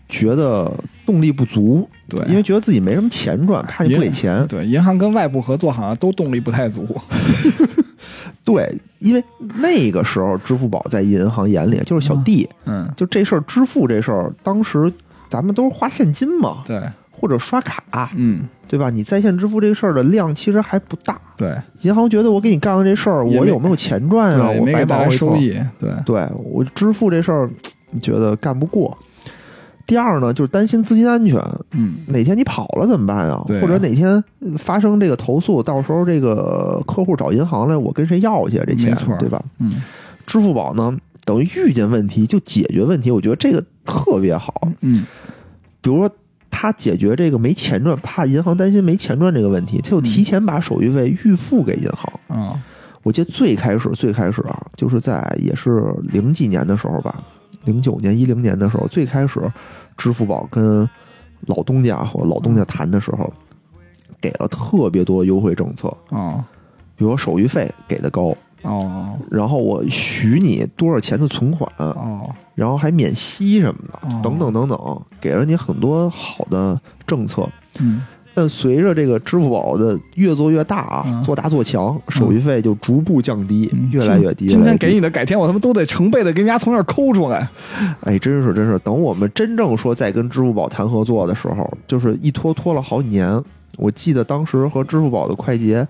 A: 觉得动力不足，
B: 对，
A: 因为觉得自己没什么钱赚，怕你不给钱。
B: 对银行跟外部合作好像都动力不太足。
A: 对，因为那个时候支付宝在银行眼里就是小弟，
B: 嗯，
A: 就这事儿支付这事儿，当时咱们都是花现金嘛，
B: 对，
A: 或或者刷卡，
B: 嗯，
A: 对吧？你在线支付这个事儿的量其实还不大，
B: 对，
A: 银行觉得我给你干了这事儿，
B: 也
A: 我
B: 没
A: 有没有钱赚啊？
B: 对，
A: 我
B: 没
A: 白
B: 给带
A: 忙
B: 来
A: 活一
B: 收
A: 趟
B: 益，对，
A: 对我支付这事儿，觉得干不过。第二呢，就是担心资金安全，
B: 嗯，
A: 哪天你跑了怎么办呀？
B: 对啊
A: 或者哪天呃发生这个投诉，到时候这个客户找银行来，我跟谁要去这
B: 没
A: 钱
B: 错，
A: 对吧？
B: 嗯，
A: 支付宝呢，等于遇见问题就解决问题，我觉得这个特别好。
B: 嗯，
A: 比如说，他解决这个没钱赚，怕银行担心没钱赚这个问题，他就提前把手续费预付给银行。
B: 啊，
A: 我记得最开始最开始啊，就是在也是零几年的时候吧，零九年一零年的时候，最开始支付宝跟老东家和老东家谈的时候，给了特别多优惠政策，
B: 哦，
A: 比如说手续费给的高，
B: 哦，
A: 然后我许你多少钱的存款，
B: 哦，
A: 然后还免息什么
B: 哦
A: 的，等等等等，给了你很多好的政策。
B: 嗯，
A: 但随着这个支付宝的越做越大啊
B: 嗯，
A: 做大做强，手续费就逐步降低，
B: 嗯
A: 越来越低。
B: 今今
A: 越来
B: 天
A: 越低
B: 给你的，改天我他妈都得成倍的给人家从这儿抠出来。
A: 哎，真是真是，等我们真正说再跟支付宝谈合作的时候，就是一拖拖了好几年。我记得当时和支付宝的快捷，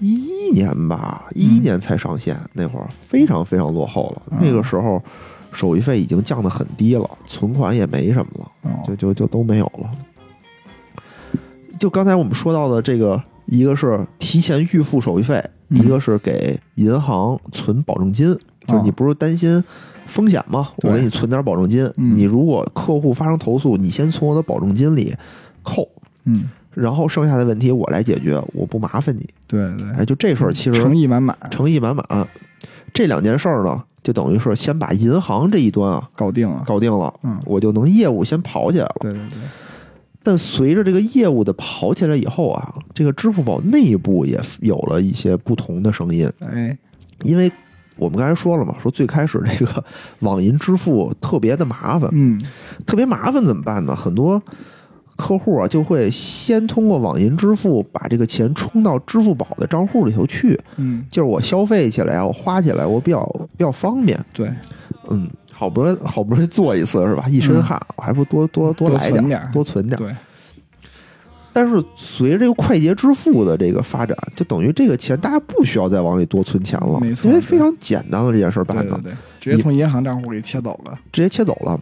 A: 一一年吧，一一年才上线，那会儿非常非常落后了。
B: 嗯
A: 那个时候，手续费已经降得很低了，存款也没什么了，
B: 哦，
A: 就就就都没有了。就刚才我们说到的这个，一个是提前预付手续费，
B: 嗯
A: 一个是给银行存保证金，就是你不是担心风险吗？
B: 啊对
A: 我给你存点保证金，
B: 嗯
A: 你如果客户发生投诉，你先从我的保证金里扣，
B: 嗯，
A: 然后剩下的问题我来解决，我不麻烦你。
B: 对对，
A: 哎，就这事儿其实
B: 诚意满满，
A: 诚意满满。这两件事儿呢，就等于是先把银行这一端啊
B: 搞定了。
A: 搞定了，
B: 嗯，
A: 我就能业务先跑起来了。
B: 对对对，
A: 但随着这个业务的跑起来以后啊，这个支付宝内部也有了一些不同的声音，
B: 哎，
A: 因为我们刚才说了嘛，说最开始这个网银支付特别的麻烦，
B: 嗯，
A: 特别麻烦怎么办呢？很多客户啊就会先通过网银支付把这个钱充到支付宝的账户里头去，
B: 嗯，
A: 就是我消费起来啊，我花起来我比较比较方便，
B: 对，
A: 嗯，好不容易好不容易做一次是吧？一身
B: 嗯
A: 汗，我还不多多多来
B: 存
A: 点儿，
B: 点儿，
A: 多存点儿。
B: 对，
A: 但是随着这个快捷支付的这个发展，就等于这个钱大家不需要再往里多存钱了，
B: 没错
A: 因为非常简单的这件事儿办
B: 对
A: 的
B: 对，对，直接从银行账户给切走了。
A: 直接切走了。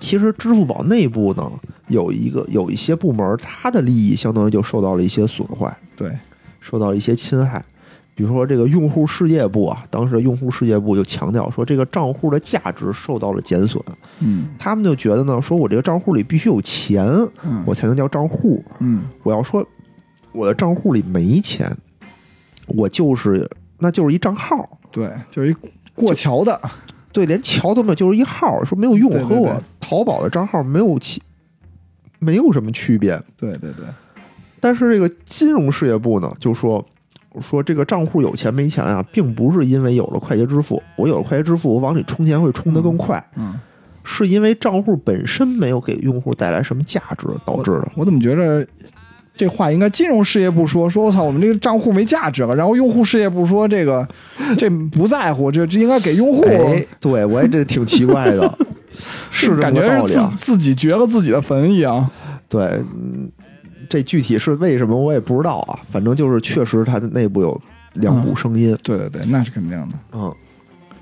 A: 其实支付宝内部呢，有一个有一些部门，它的利益相当于就受到了一些损坏，
B: 对，
A: 受到了一些侵害。比如说这个用户世界部啊，当时的用户世界部就强调说，这个账户的价值受到了减损，
B: 嗯
A: 他们就觉得呢，说我这个账户里必须有钱，
B: 嗯，
A: 我才能叫账户。
B: 嗯
A: 我要说我的账户里没钱，我就是那就是一账号，
B: 对，就是一过桥的，
A: 对，连桥都没有，就是一号，说没有用，
B: 对对
A: 和我
B: 对
A: 淘宝的账号没有其没有什么区别。
B: 对对对，
A: 但是这个金融事业部呢，就说说这个账户有钱没钱啊，并不是因为有了快捷支付，我有了快捷支付，我往里充钱会充得更快，
B: 嗯，
A: 是因为账户本身没有给用户带来什么价值导致的。
B: 我怎么觉着？这话应该金融事业部说说，我操，我们这个账户没价值了。然后用户事业部说这个，这不在乎，这这应该给用户
A: 哎，对我也这挺奇怪 的，是这么
B: 感
A: 个
B: 觉
A: 道
B: 是
A: 理啊
B: 自。自己掘了自己的坟一样。
A: 对，嗯，这具体是为什么我也不知道啊，反正就是确实它的内部有两股声音，
B: 对对对，那是肯定的。
A: 嗯，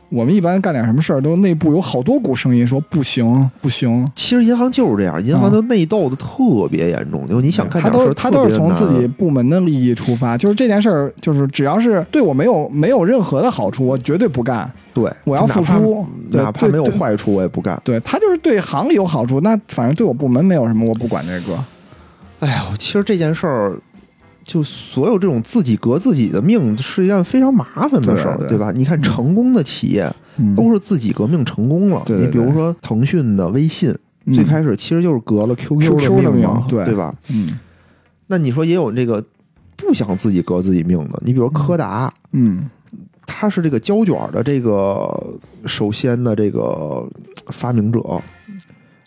B: 我们一般干点什么事儿，都内部有好多股声音说不行不行。
A: 其实银行就是这样，银行的内斗的特别严重，就、你想干
B: 他
A: 点
B: 都
A: 事
B: 是
A: 儿
B: 嗯他
A: 特
B: 都
A: 别
B: 是从
A: 难
B: 自己部门的利益出发，就是这件事儿，就是只要是对我没有没有任何的好处，我绝对不干，
A: 对，
B: 我要
A: 就哪
B: 付
A: 怕
B: 出。对
A: 哪怕没有。
B: 对对
A: 坏处我也不干。
B: 对他就是对行里有好处，那反正对我部门没有什么，我不管这个。
A: 哎呦，其实这件事儿。就所有这种自己革自己的命是一件非常麻烦的事儿，
B: 对对
A: 对吧？你看成功的企业
B: 嗯，
A: 都是自己革命成功了。
B: 对对
A: 你比如说腾讯的微信，
B: 嗯
A: 最开始其实就是革了 QQ 的
B: QQ 的
A: 命嘛
B: 命，对
A: 对吧？
B: 嗯
A: 那你说也有这个不想自己革自己命的，你比如柯达，
B: 嗯
A: 他是这个胶卷的这个首先的这个发明者。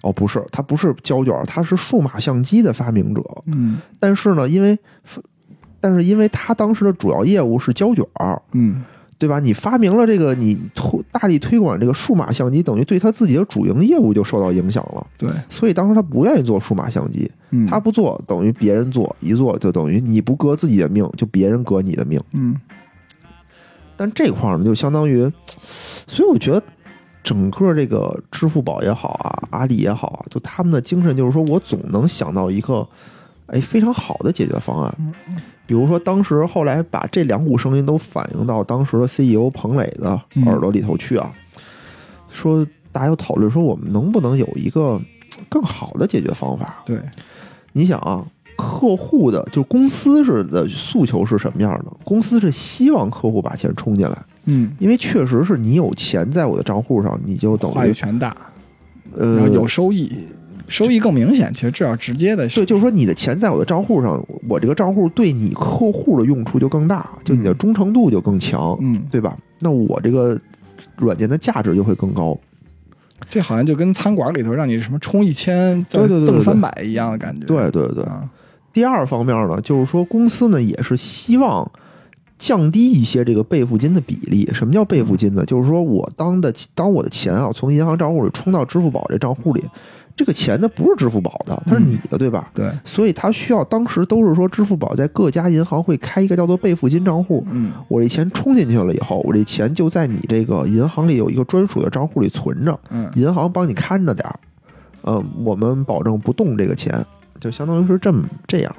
A: 哦，不是，他不是胶卷，他是数码相机的发明者。
B: 嗯
A: 但是呢，因为，但是因为他当时的主要业务是胶卷，
B: 嗯，
A: 对吧？你发明了这个，你推大力推广这个数码相机，等于对他自己的主营业务就受到影响了。
B: 对，
A: 所以当时他不愿意做数码相机，
B: 嗯，
A: 他不做等于别人做，一做就等于你不革自己的命，就别人革你的命。
B: 嗯
A: 但这块儿呢，就相当于，所以我觉得整个这个支付宝也好啊，阿里也好啊，就他们的精神就是说我总能想到一个哎非常好的解决方案。比如说，当时后来把这两股声音都反映到当时的 CEO 彭磊的耳朵里头去啊，说大家又讨论说我们能不能有一个更好的解决方法？
B: 对，
A: 你想啊，客户的就公司是的诉求是什么样的？公司是希望客户把钱充进来，
B: 嗯，
A: 因为确实是你有钱在我的账户上，你就等
B: 话语
A: 于
B: 权大，然
A: 呃
B: 后有收益，收益更明显。其实至少直接的是，
A: 对，就是说你的钱在我的账户上，我这个账户对你客户的用处就更大，就你的忠诚度就更强，
B: 嗯，
A: 对吧？那我这个软件的价值就会更高。
B: 这好像就跟餐馆里头让你什么充一千
A: 对对对对
B: 赠
A: 对
B: 三百一样的感觉。
A: 对对对。
B: 啊，
A: 第二方面呢，就是说公司呢也是希望降低一些这个备付金的比例。什么叫备付金呢？就是说我当的当我的钱啊从银行账户里充到支付宝这账户里，这个钱呢不是支付宝的，它是你的，对吧？
B: 对，
A: 所以它需要当时都是说，支付宝在各家银行会开一个叫做备付金账户。
B: 嗯
A: 我这钱充进去了以后，我这钱就在你这个银行里有一个专属的账户里存着，
B: 嗯
A: 银行帮你看着点儿。呃，我们保证不动这个钱，就相当于是这么这样。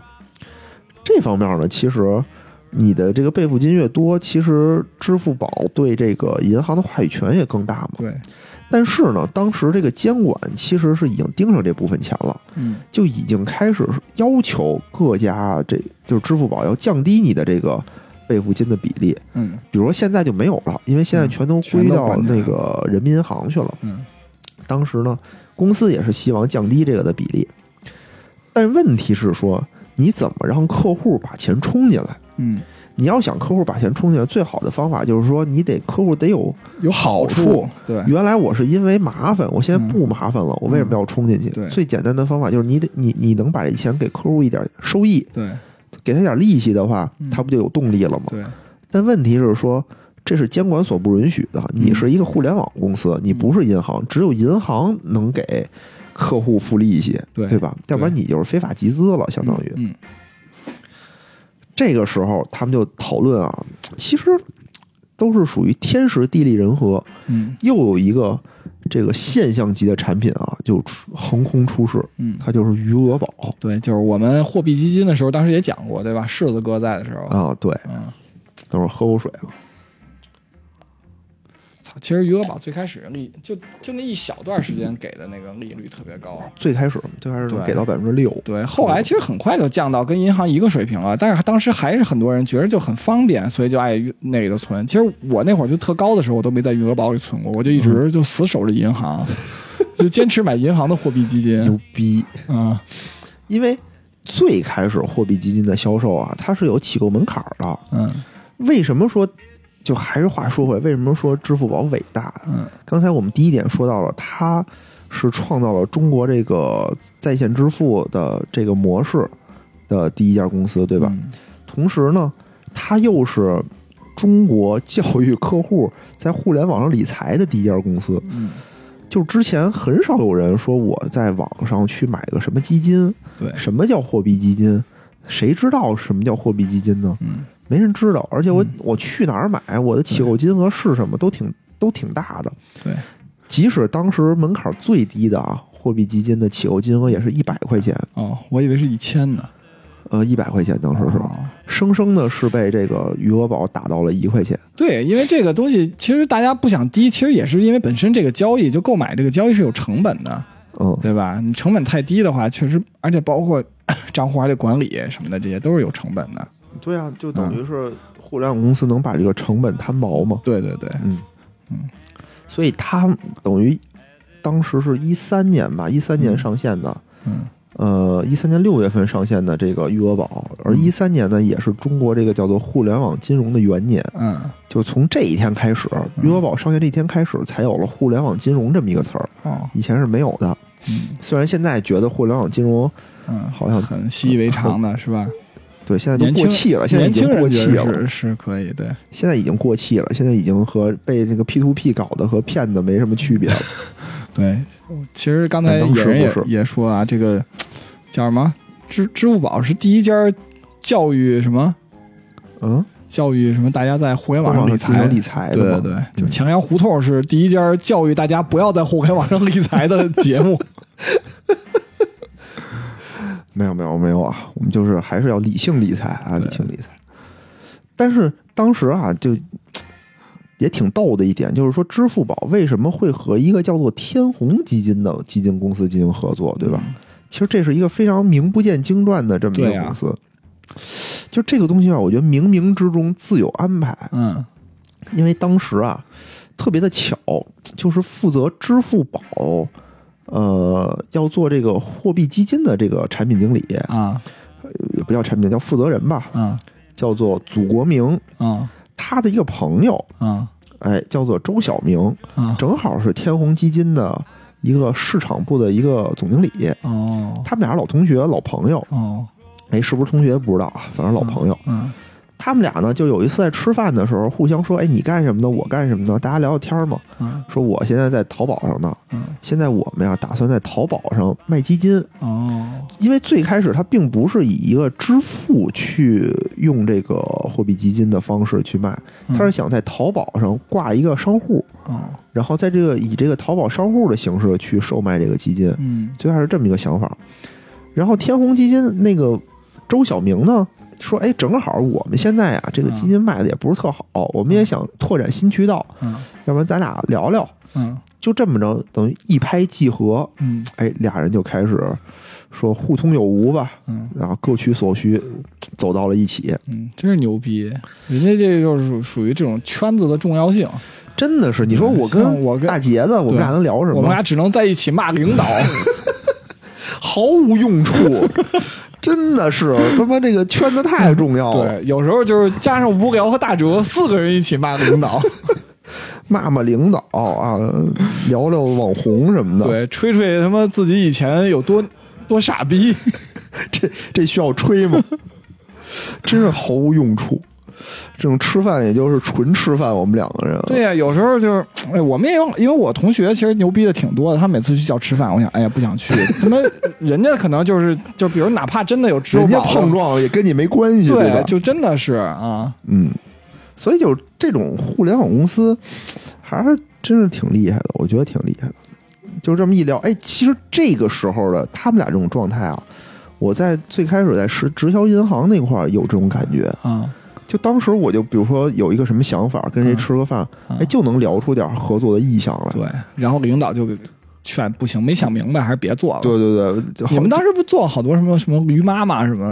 A: 这方面呢，其实你的这个备付金越多，其实支付宝对这个银行的话语权也更大嘛。
B: 对，
A: 但是呢，当时这个监管其实是已经盯上这部分钱了。
B: 嗯
A: 就已经开始要求各家这就是支付宝要降低你的这个备付金的比例，
B: 嗯
A: 比如说现在就没有了，因为现在
B: 嗯
A: 全都
B: 全
A: 归
B: 都
A: 到
B: 管起来
A: 那个人民银行去了。
B: 嗯
A: 当时呢，公司也是希望降低这个的比例，但问题是说，你怎么让客户把钱充进来？
B: 嗯，
A: 你要想客户把钱充进来，最好的方法就是说，你得客户得有
B: 有好
A: 好
B: 处
A: 处，
B: 对，
A: 原来我是因为麻烦，我现在不麻烦了，我为什么要冲进去？
B: 嗯对
A: 最简单的方法就是你得你你能把这钱给客户一点收益，
B: 对
A: 给他点利息的话
B: 嗯，
A: 他不就有动力了吗？
B: 对，
A: 但问题是说，这是监管所不允许的。
B: 嗯
A: 你是一个互联网公司，你不是银行，只有银行能给客户付利息，
B: 对
A: 对吧？要不然你就是非法集资了，相当于。
B: 嗯
A: 这个时候，他们就讨论啊，其实都是属于天时地利人和，
B: 嗯
A: 又有一个这个现象级的产品啊，就出横空出世，
B: 嗯，哦
A: 它就是余额宝
B: 对，就是我们货币基金的时候，当时也讲过，对吧？柿子哥在的时候，
A: 啊。对，
B: 嗯，
A: 等会儿喝口水啊。
B: 操，其实余额宝最开始利就就那一小段时间给的那个利率特别高，
A: 最开始最开始
B: 对
A: 给到百分之六，
B: 对，后来其实很快就降到跟银行一个水平了，但是当时还是很多人觉得就很方便，所以就爱那里头存。其实我那会儿就特高的时候，我都没在余额宝里存过，我就一直就死守着银行， 就坚持买银行的货币基金
A: 牛。逼！
B: 嗯，
A: 因为最开始货币基金的销售啊，它是有起购门槛儿的。
B: 嗯
A: 为什么说？就还是话说回来，为什么说支付宝伟大？啊
B: 嗯
A: 刚才我们第一点说到了，它是创造了中国这个在线支付的这个模式的第一家公司，对吧？
B: 嗯
A: 同时呢，它又是中国教育客户在互联网上理财的第一家公司。
B: 嗯，
A: 就之前很少有人说我在网上去买个什么基金，
B: 对，
A: 什么叫货币基金？谁知道什么叫货币基金呢？
B: 嗯
A: 没人知道。而且我、
B: 嗯
A: 我去哪儿买，我的起购金额是什么，都挺都挺大的。
B: 对，
A: 即使当时门槛最低的啊，货币基金的起购金额也是一百块钱，
B: 哦，我以为是一千呢，
A: 呃，一百块钱当时是，
B: 哦
A: 生生的是被这个余额宝打到了一块钱。
B: 对，因为这个东西其实大家不想低，其实也是因为本身这个交易就购买这个交易是有成本的，
A: 嗯，
B: 对吧？你成本太低的话，确实，而且包括 账户还得管理什么的，这些都是有成本的。
A: 对啊，就等于是互联网公司能把这个成本摊薄嘛。
B: 对对对，
A: 嗯
B: 嗯，
A: 所以它等于当时是一三年吧，一三年
B: 嗯
A: 上线的。
B: 嗯
A: 呃，一三年六月份上线的这个余额宝，而
B: 嗯
A: 一三年呢，也是中国这个叫做互联网金融的元年，
B: 嗯，
A: 就从这一天开始，
B: 嗯
A: 余额宝上线这一天开始，才有了互联网金融这么一个词儿，
B: 哦，
A: 以前是没有的。
B: 嗯
A: 虽然现在觉得互联网金融
B: 嗯，
A: 好像
B: 很习以为常的是吧？
A: 对，现在都
B: 年
A: 过
B: 轻
A: 气了，现在已
B: 年
A: 经
B: 轻
A: 过
B: 人
A: 气
B: 觉得
A: 了，
B: 是是可以，对，
A: 现在已经过气了，现在已经和被这个 P to P 搞的和骗子没什么区别了。
B: 对，其实刚才
A: 但当时
B: 野人也
A: 不是
B: 也说啊，这个叫什么？支支付宝是第一家教育什么
A: 嗯，
B: 教育什么？大家在互联
A: 网
B: 网上理
A: 是进行
B: 财。
A: 理财
B: 对
A: 的嗯嘛
B: 对，对，就强阳胡同是第一家教育大家不要在互联网上理财的节目。
A: 没有没有没有啊，我们就是还是要理性理财啊，
B: 对
A: 理性理财。但是当时啊，就也挺逗的一点，就是说支付宝为什么会和一个叫做天弘基金的基金公司进行合作， 对吧？
B: 嗯
A: 其实这是一个非常名不见经传的这么一个
B: 对啊
A: 公司。就这个东西啊，我觉得冥冥之中自有安排，
B: 嗯，
A: 因为当时啊，特别的巧，就是负责支付宝，呃，要做这个货币基金的这个产品经理，
B: 嗯啊
A: 也不叫产品，叫负责人吧，
B: 啊
A: 叫做祖国明，
B: 啊
A: 他的一个朋友，
B: 啊
A: 哎，叫做周晓明，
B: 啊！
A: 正好是天弘基金的一个市场部的一个总经理，
B: 哦
A: 他们俩是老同学、老朋友，
B: 哦，
A: 哎，是不是同学不知道啊，反正老朋友。
B: 嗯
A: 他们俩呢，就有一次在吃饭的时候，互相说：“哎，你干什么呢？我干什么呢？”大家聊聊天嘛。
B: 嗯
A: 说我现在在淘宝上呢，
B: 嗯
A: 现在我们呀打算在淘宝上卖基金，
B: 哦
A: 因为最开始它并不是以一个支付去用这个货币基金的方式去卖，
B: 嗯
A: 它是想在淘宝上挂一个商户，
B: 哦
A: 然后在这个以这个淘宝商户的形式去售卖这个基金，
B: 嗯
A: 最开始是这么一个想法。然后天弘基金那个周晓明呢说，哎，正好我们现在啊这个基金卖的也不是特好，我们也想拓展新渠道，
B: 嗯
A: 要不然咱俩聊聊。
B: 嗯
A: 就这么着，等于一拍即合，
B: 嗯
A: 哎，俩人就开始说互通有无吧，
B: 嗯
A: 然后各取所需，走到了一起，
B: 嗯，真是牛逼！人家这就是属属于这种圈子的重要性。
A: 真的是你说我跟
B: 像我跟
A: 大杰子，我们俩能聊什
B: 我们
A: 么？
B: 俩只能在一起骂领导。
A: 毫无用 处，真的是他妈这个圈子太重要了，
B: 对，有时候就是加上无聊和大哲四个人一起骂领导，
A: 骂骂领导啊，聊聊网红什么的，
B: 对，吹吹他妈自己以前有多 多傻逼。
A: 这这需要吹吗？ 真是毫无用处。这种吃饭也就是纯吃饭，我们两个人。啊
B: 对呀、有时候就是，哎，我们也有，因为我同学其实牛逼的挺多的，他每次去叫吃饭，我想，哎呀，不想去。 他妈，人家可能就是，就比如哪怕真的有支付
A: 人家
B: 宝，
A: 碰撞也跟你没关系，吧
B: 对，？就真的是啊，
A: 嗯，所以就是这种互联网公司，还是真是挺厉害的，我觉得挺厉害的。就这么一聊，哎，其实这个时候的他们俩这种状态啊，我在最开始在直直销银行那块儿有这种感觉。
B: 啊，
A: 就当时我就比如说有一个什么想法，跟谁吃个饭，
B: 嗯
A: 哎，就能聊出点合作的意向来。
B: 对。然后领导就给劝，不行，没想明白，还是别做了。
A: 对对对，就好
B: 你们当时不做好多什么什么驴妈妈什么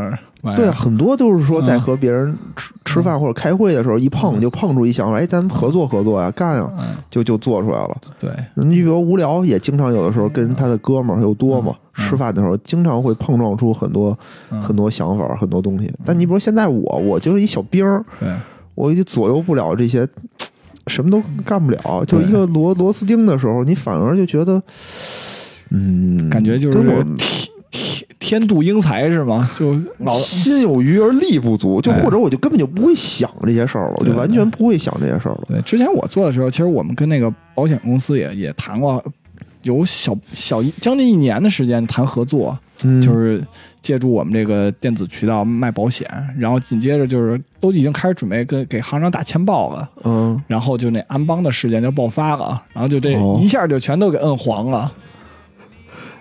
B: 玩意
A: 对
B: 儿？
A: 啊，很多都是说在
B: 嗯
A: 和别人吃、吃饭或者开会的时候一碰就碰出一想法，哎，咱们合作合作呀、干呀、啊
B: 嗯，
A: 就就做出来了。
B: 对，
A: 你比如无聊，也经常有的时候跟他的哥们儿又多嘛，
B: 嗯嗯
A: 吃饭的时候经常会碰撞出很多、
B: 嗯
A: 很多想法、很多东西。但你比如现在我，我就是一小兵儿，
B: 对，
A: 我就左右不了这些，什么都干不了。就是一个螺螺丝钉的时候，你反而就觉得，嗯，
B: 感觉就
A: 跟我
B: 是天天天妒英才是吗？就 老
A: 心有余而力不足，就
B: 对
A: 或者我就根本就不会想这些事儿了，我就
B: 对
A: 完全不会想这些事儿了。
B: 对，之前我做的时候，其实我们跟那个保险公司也也谈过，有小小一将近一年的时间谈合作，
A: 嗯，
B: 就是借助我们这个电子渠道卖保险，然后紧接着就是都已经开始准备跟给行长打签报了，
A: 嗯，
B: 然后就那安邦的事件就爆发了，然后就这
A: 哦
B: 一下就全都给摁黄了。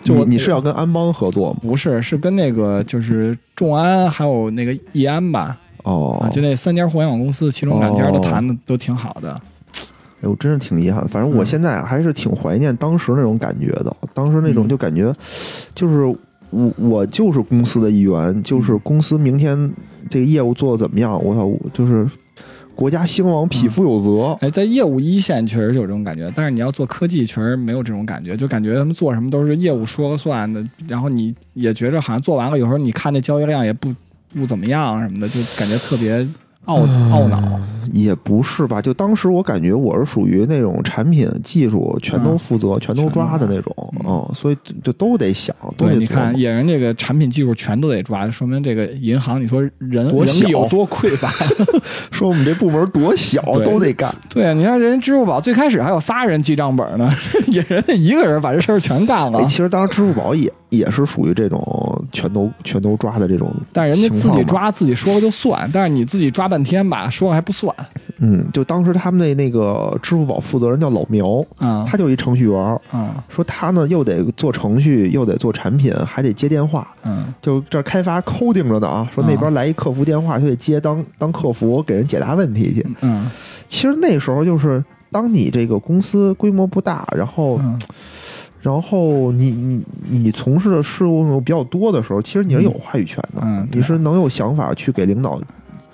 B: 就
A: 你
B: 我
A: 你是要跟安邦合作吗？
B: 不是，是跟那个就是众安还有那个易安吧，
A: 哦
B: 啊，，就那三家互联网公司，其中两家都谈的都挺好的。
A: 哎呦，真是挺遗憾。反正我
B: 嗯
A: 现在啊还是挺怀念当时那种感觉的。当时那种
B: 嗯
A: 就感觉，就是我我就是公司的一员，
B: 嗯
A: 就是公司明天这个业务做的怎么样，我操，我就是国家兴亡，匹夫有责。
B: 哎，在业务一线确实有这种感觉，但是你要做科技，确实没有这种感觉，就感觉他们做什么都是业务说了算的，然后你也觉着好像做完了，有时候你看那交易量也不不怎么样什么的，就感觉特别懊懊恼。
A: 也不是吧，就当时我感觉我是属于那种产品技术全
B: 嗯
A: 都负责、全都抓的那种，嗯，所以就就都得想，都
B: 对，
A: 得
B: 你
A: 琢
B: 看
A: 磨。
B: 野人这个产品技术全都得抓，说明这个银行，你说人
A: 多
B: 人力
A: 小
B: 有多匮乏。
A: 说我们这部门多小，
B: 对
A: 都得干。
B: 对，啊你看人家支付宝最开始还有仨人记账本呢， 野人一个人把这事儿全干了
A: 哎，。其实当时支付宝也也是属于这种全都全都抓的这种，
B: 但人家自己，抓自己说了就算，但是你自己抓半天吧，说了还不算
A: 嗯，就当时他们那那个支付宝负责人叫老苗，
B: 啊
A: 他就是一程序员儿，
B: 啊
A: 说他呢又得做程序，又得做产品，还得接电话，
B: 嗯
A: 就这儿开发 coding 着呢啊，说那边来一客服电话，就得接当当客服给人解答问题去。
B: 嗯
A: 其实那时候就是，当你这个公司规模不大，然后
B: 嗯，
A: 然后你你你从事的事务比较多的时候，其实你是有话语权的，
B: 嗯嗯对
A: 你是能有想法去给领导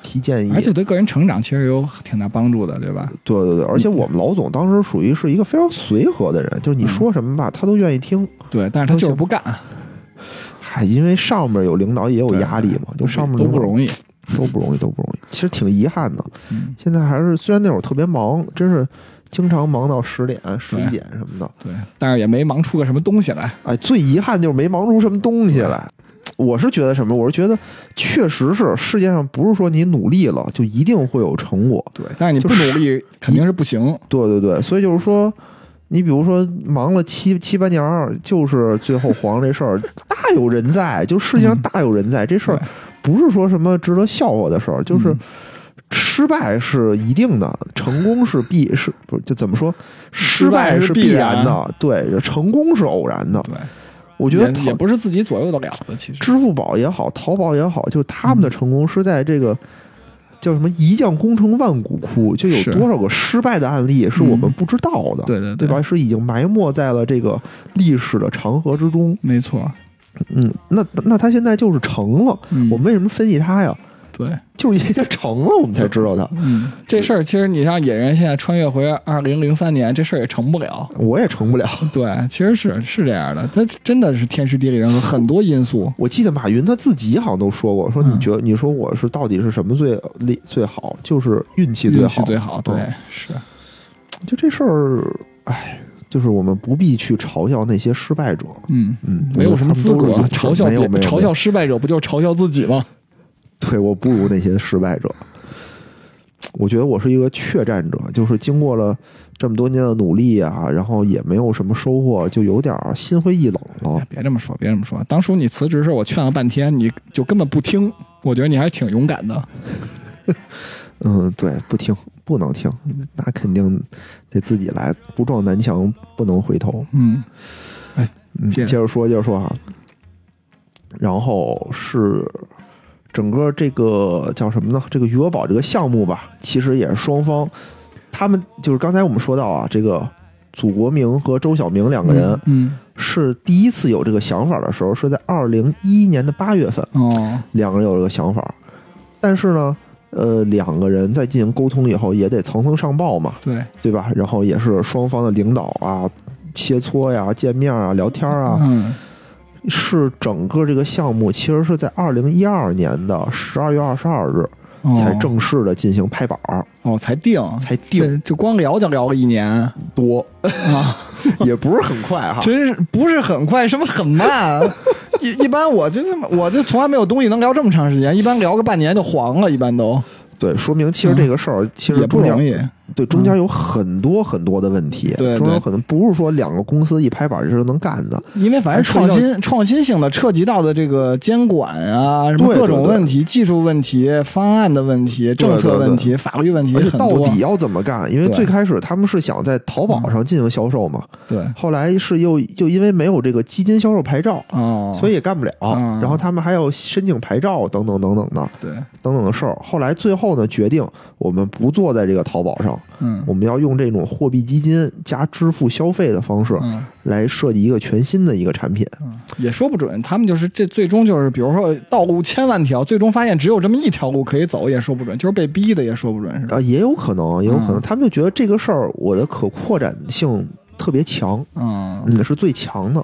A: 提建议
B: 而。且对个人成长其实有挺大帮助的，对吧？
A: 对对对，而且我们老总当时属于是一个非常随和的人，就是
B: 嗯
A: 你说什么吧，他都愿意听。
B: 对，但是他就是不干，
A: 嗨，因为上面有领导也有
B: 对
A: 压力嘛，就上面
B: 都
A: 领
B: 不
A: 导
B: 容易。
A: 都不容易，都不容易。其实挺遗憾的，
B: 嗯，
A: 现在还是虽然那会儿特别忙，真是经常忙到十点、十一点什么的。
B: 对，但是也没忙出个什么东西来。
A: 哎，最遗憾就是没忙出什么东西来。我是觉得什么？我是觉得确实是世界上不是说你努力了就一定会有成果。
B: 对，但是你不
A: 就是啊
B: 努力肯定是不行。
A: 对对对，所以就是说，你比如说忙了七七八年儿，就是最后黄这事儿大有人在，就世界上大有人在。这事儿
B: 嗯对
A: 不是说什么值得笑话的事儿，就是
B: 嗯
A: 失败是一定的，成功是必是不是就怎么说？失
B: 失败
A: 败
B: 是
A: 是
B: 必
A: 然
B: 然
A: 的，对，成功是偶然的。
B: 对，
A: 我觉得
B: 也
A: 淘
B: 也不是自己左右得了的，其实。
A: 支付宝也好，淘宝也好，就是他
B: 嗯
A: 们的成功是在这个。叫什么“一将功成万骨枯”，就有
B: 是
A: 多少个失败的案例是我们
B: 嗯
A: 不知道的。
B: 对对
A: 啊对吧？？是已经埋没在了这个历史的长河之中。
B: 没错。
A: 嗯，那那他现在就是成了。
B: 嗯
A: 我们为什么分析他呀？
B: 对，
A: 就是因为他成了，我们才知道他。
B: 嗯，这事儿其实你像野人现在穿越回二零零三年，这事儿也成不了。
A: 我也成不了。
B: 对，其实是是这样的，它真的是天时地利人和很多因素。
A: 我记得马云他自己好像都说过，说你
B: 嗯
A: 觉得你说我是到底是什么最厉最好，就是运气最
B: 运
A: 好。
B: 气最好，对
A: 嗯，
B: 是，
A: 就这事儿，哎，就是我们不必去嘲笑那些失败者。
B: 嗯，
A: 嗯，
B: 没有什么资格
A: 我觉得他们
B: 嘲
A: 都
B: 笑
A: 是没有
B: 别
A: 没有
B: 嘲笑失败者，不就是嘲笑自己吗？
A: 对我不如那些失败者。我觉得我是一个怯战者，就是经过了这么多年的努力啊，然后也没有什么收获，就有点儿心灰意冷了
B: 哎。别这么说，别这么说。当初你辞职时，候，我劝了半天，你就根本不听。我觉得你还是挺勇敢的。
A: 嗯，对，不听，不能听，那肯定得自己来，不撞南墙不能回头。
B: 嗯，
A: 嗯，
B: 接
A: 接
B: 着
A: 着说，接着说啊。然后是整个这个叫什么呢？这个余额宝这个项目吧，其实也是双方，他们就是刚才我们说到啊，这个祖国明和周晓明两个人
B: 嗯，
A: 是第一次有这个想法的时候，是在二零一一年的八月份，
B: 嗯，哦，
A: 两个人有这个想法，但是呢。呃，两个人在进行沟通以后，也得层层上报嘛，
B: 对，
A: 对吧？然后也是双方的领导啊，切磋呀、见面啊、聊天啊，
B: 嗯，
A: 是整个这个项目其实是在二零一二年的十二月二十二日
B: 哦
A: 才正式的进行拍板 儿，
B: 哦，才定，
A: 才定
B: 这，就光聊就聊了一年
A: 多
B: 啊，
A: 也不是很快哈。
B: 真是不是很快，什么很慢。啊 一一般我就这么，我就从来没有东西能聊这么长时间，一般聊个半年就黄了，一般都
A: 对，说明其实这个事儿其实
B: 嗯也不
A: 中
B: 容
A: 间
B: 易。嗯
A: 对中间有很多很多的问题，
B: 对
A: 中间有
B: 对
A: 很多不是说两个公司一拍板儿这是能干的。
B: 因为反正创新创新性的涉及到的这个监管啊，什么
A: 对对
B: 各种问题、技术问题、方案的问题、政策问题、法律问题
A: 而且
B: 很
A: 到
B: 多
A: 底。啊要怎么干？因为
B: 对嗯
A: 最开始他们是想在淘宝上进行销售嘛，
B: 对，
A: 后来是又又因为没有这个基金销售牌照，
B: 哦，
A: 所以也干不了。
B: 嗯
A: 然后他们还要申请牌照等等等等的。
B: 对，
A: 等等的事儿。后来最后呢，决定我们不做在这个淘宝上，
B: 嗯
A: 我们要用这种货币基金加支付消费的方式
B: 嗯，
A: 来设计一个全新的一个产品。
B: 也说不准，他们就是这最终就是，比如说道路千万条，最终发现只有这么一条路可以走，也说不准，就是被逼的，也说不准，是吧？
A: 啊，也有可能，也有可能，
B: 嗯
A: 他们就觉得这个事儿我的可扩展性特别强，
B: 嗯
A: 嗯，是最强的。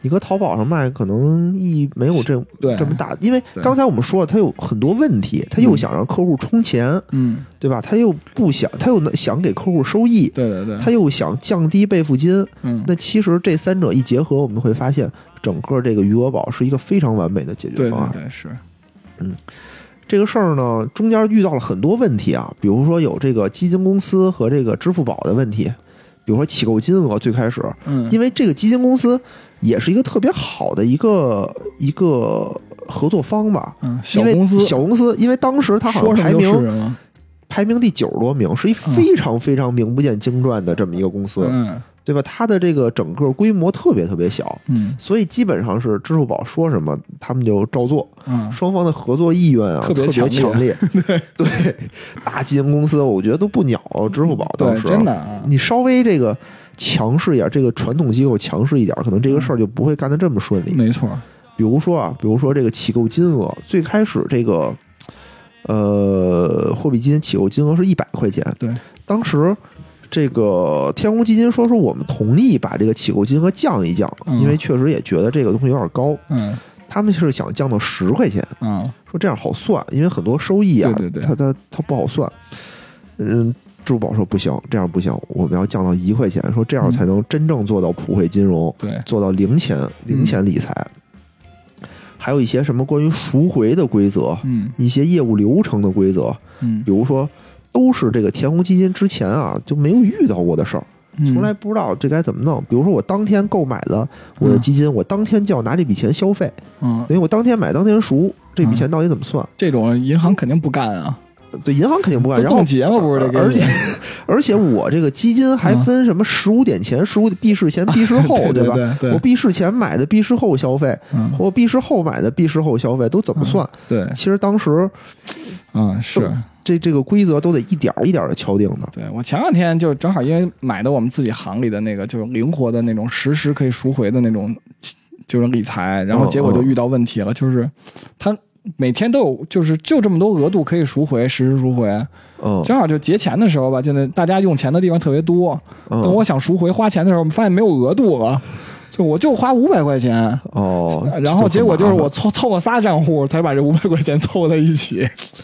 A: 你搁淘宝上卖，可能意义没有这
B: 对，
A: 这么大，因为
B: 对
A: 刚才我们说了，他有很多问题，他又想让客户充钱，
B: 嗯，
A: 对吧？他又不想，他又想给客户收益，
B: 对对对，
A: 他又想降低备付金。
B: 嗯，
A: 那其实这三者一结合，我们会发现，整个这个余额宝是一个非常完美的解决
B: 对
A: 方案
B: 对。对是，
A: 这个事儿呢，中间遇到了很多问题啊，比如说有这个基金公司和这个支付宝的问题，比如说起购金额最开始，
B: 嗯，
A: 因为这个基金公司也是一个特别好的一个一个合作方吧。
B: 嗯小
A: 因为
B: 公司
A: 小公司，因为当时它好
B: 说
A: 像排
B: 什么就是
A: 名
B: 人了，
A: 排名第九十多名，是一非常非常名不见经传的这么一个公司，
B: 嗯
A: 对吧？它的这个整个规模特别特别小，
B: 嗯
A: 所以基本上是支付宝说什么他们就照做，
B: 嗯，
A: 双方的合作意愿啊
B: 特别
A: 别
B: 强
A: 强烈， 对，大基金公司我觉得都不鸟支付宝，当
B: 对，
A: 时
B: 真的啊，
A: 你稍微这个强势一点，这个传统机构强势一点，可能这个事儿就不会干得这么顺利。
B: 没错，
A: 比如说啊，比如说这个起购金额，最开始这个呃货币基金起购金额是一百块钱，
B: 对，
A: 当时。这个天弘基金说说我们同意把这个起购金额降一降，
B: 嗯
A: 因为确实也觉得这个东西有点高，
B: 嗯
A: 他们是想降到十块钱，
B: 嗯
A: 说这样好算，因为很多收益啊，
B: 对对对
A: 它它它不好算。嗯，支付宝说不行，这样不行，我们要降到一块钱，说这
B: 嗯
A: 样才能真正做到普惠金融，
B: 对，
A: 做到零钱零钱理财。还有一些什么关于赎回的规则，
B: 嗯
A: 一些业务流程的规则，
B: 嗯
A: 比，如说。都是这个田红基金之前啊就没有遇到过的事儿，从
B: 从
A: 来不知道这该怎么弄。比如说我当天购买了我的基金，我当天就要拿这笔钱消费，
B: 嗯
A: 等于我当天买当天赎，这笔
B: 嗯
A: 钱到底怎么算？
B: 这种银行肯定不干啊，
A: 对，银行肯定不干。
B: 都
A: 然后
B: 冻，结了不是得给
A: 而
B: 你嗯
A: 且， 而且我这个基金还分什么十五点前、十五闭市前、闭市后，
B: 对
A: 吧？
B: 对对
A: 我，闭市前买的闭市后消费，
B: 嗯
A: 我闭市后买的闭市后消费都怎么算？
B: 对，
A: 其实当时
B: 嗯是。
A: 这这个规则都得一点儿一点的敲定的。
B: 对我前两天就正好因为买的我们自己行里的那个就是灵活的那种实时可以赎回的那种，就是理财，然后
A: 嗯
B: 结果就遇到问题了，就是它每天都有就是就这么多额度可以赎回，实时赎回，
A: 嗯，
B: 正好就节钱的时候吧，就那大家用钱的地方特别多，
A: 嗯
B: 等我想赎回花钱的时候，我们发现没有额度了，就我就花五百块钱。
A: 哦，
B: 呃然后结果就是我
A: 这很麻
B: 凑凑了仨账户，才把这五百块钱凑在一起。
A: 烦，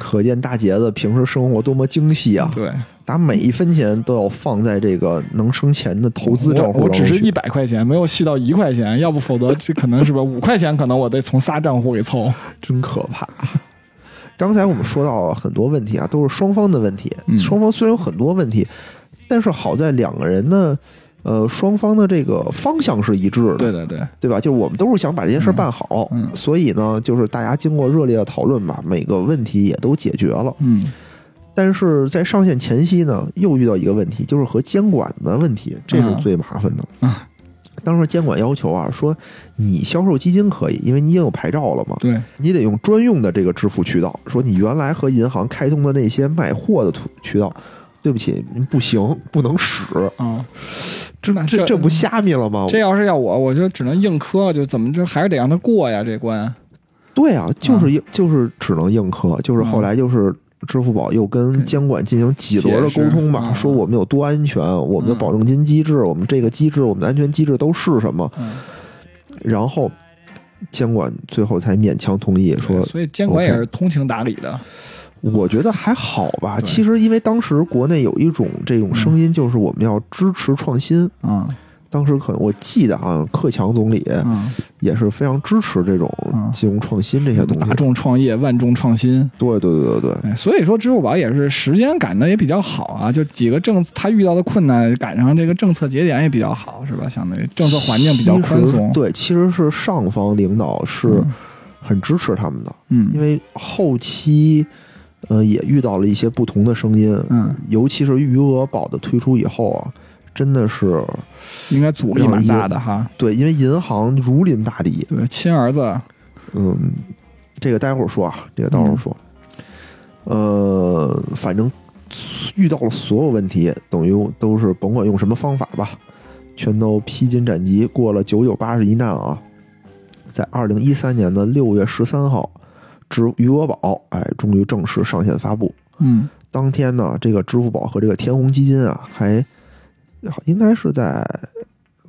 A: 可见大杰子平时生活多么精细啊！
B: 对，
A: 把每一分钱都要放在这个能生钱的投资账户
B: 我我
A: 当
B: 只
A: 中
B: 是
A: 去
B: 一百块钱，没有细到一块钱，要不否则这可能是吧，五块钱可能我得从仨账户给凑。
A: 真可怕。刚才我们说到了很多问题啊，都是双方的问题。
B: 嗯
A: 双方虽然有很多问题，但是好在两个人呢，呃，双方的这个方向是一致的，
B: 对对，
A: 对吧？就是我们都是想把这件事儿办好，
B: 嗯嗯
A: 所以呢，就是大家经过热烈的讨论吧，每个问题也都解决了。
B: 嗯
A: 但是在上线前夕呢，又遇到一个问题，就是和监管的问题，这
B: 嗯
A: 是最麻烦的。
B: 啊，
A: 当时监管要求啊，说你销售基金可以，因为你已经有牌照了嘛，
B: 对，
A: 你得用专用的这个支付渠道。说你原来和银行开通的那些卖货的途渠道，对不起，您不行，不能使。
B: 啊，
A: 这
B: 那
A: 这
B: 这嗯
A: 这不瞎咪了吗？
B: 这要是要我，我就只能硬磕，就怎么着还是得让他过呀这关。
A: 对
B: 嗯
A: 啊，就是硬就是只能硬磕，就是后来就是。支付宝又跟监管进行几轮的沟通吧，
B: 解释嗯
A: 说我们有多安全，我们的
B: 嗯
A: 保证金机制，我们这个机制，我们的安全机制都是什么，
B: 嗯，
A: 然后监管最后才勉强同意说
B: 对所以监管也是通情达理的。
A: 我觉得还好吧。
B: 对
A: 其实，因为当时国内有一种这种声音，就是我们要支持创新。
B: 嗯
A: 当时可能我记得啊，克强总理
B: 嗯，
A: 也是非常支持这种
B: 嗯
A: 金融创新这些东
B: 大
A: 西。
B: 众创业，万众创新。
A: 对对对对对，
B: 哎，所以说支付宝也是时间赶的也比较好啊，就几个政他遇到的困难赶上这个政策节点也比较好，是吧？相当于政策环境比较宽
A: 其实
B: 松。
A: 对，其实是上方领导是
B: 嗯
A: 很支持他们的，
B: 嗯，
A: 因为后期呃也遇到了一些不同的声音，
B: 嗯，
A: 尤其是余额宝的推出以后啊，真的是
B: 应该阻力蛮大的哈。
A: 对，因为银行如临大敌，
B: 对，亲儿子，
A: 嗯，这个待会儿说啊，这个待会儿说。呃，反正遇到了所有问题，等于都是甭管用什么方法吧，全都披荆斩棘，过了九九八十一难啊。在二零一三年的六月十三号，支余额宝哎，终于正式上线发布。
B: 嗯
A: 当天呢，这个支付宝和这个天弘基金啊，还应该是在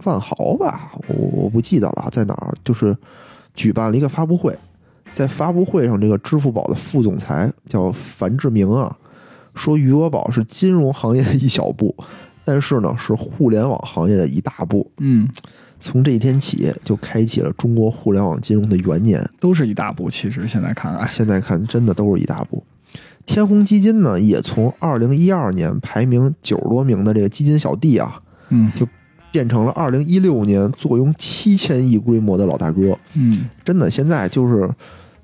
A: 万豪吧，我我不记得了，在哪儿，就是举办了一个发布会，在发布会上，这个支付宝的副总裁叫樊志明啊，说余额宝是金融行业的一小步，但是呢是互联网行业的一大步。
B: 嗯，
A: 从这一天起，就开启了中国互联网金融的元年。
B: 都是一大步。其实现在看来，
A: 啊现在看真的都是一大步。天弘基金呢，也从二零一二年排名九十多名的这个基金小弟啊，
B: 嗯
A: 变成了二零一六年坐拥七千亿规模的老大哥。
B: 嗯
A: 真的，现在就是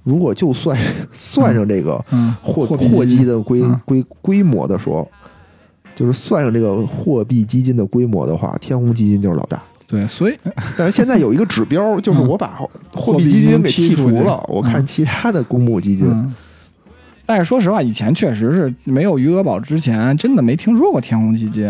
A: 如果就 算算上这个
B: 嗯，
A: 货
B: 币
A: 货基的规
B: 嗯
A: 规规模的说，就是算上这个货币基金的规模的话，天弘基金就是老大。
B: 对，所以
A: 但是现在有一个指标，就是我把嗯货币基金给剔除了，嗯我看其他的公募基金。
B: 嗯，但是说实话，以前确实是没有余额宝之前，真的没听说过天弘基金。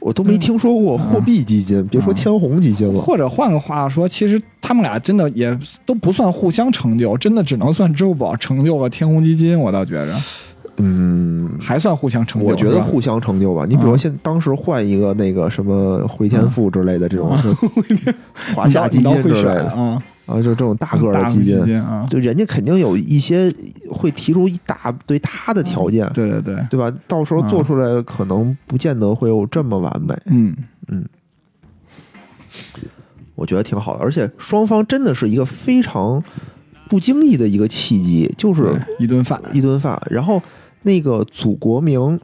A: 我都没
B: 嗯
A: 听说过货币基金，别说天弘基金了。
B: 或者换个话说，其实他们俩真的也都不算互相成就，真的只能算支付宝成就了天弘基金。我倒觉着
A: 嗯，
B: 还算互相成就。
A: 我觉
B: 是
A: 得
B: 吧
A: 互相成就吧。你比
B: 嗯
A: 如说现当时换一个那个什么回天富之类的这种，就 华夏基
B: 嗯你倒
A: 金
B: 会
A: 之类
B: 选
A: 的
B: 啊，
A: 啊，就这种大个儿
B: 大
A: 的
B: 额
A: 基金，
B: 啊，
A: 就人家肯定有一些会提出一大堆他的条件，
B: 对对对，
A: 对吧？到时候做出来可能不见得会有这么完美，
B: 嗯
A: 我觉得挺好的。而且双方真的是一个非常不经意的一个契机，就是
B: 对一顿饭，
A: 一顿饭。然后那个祖国明，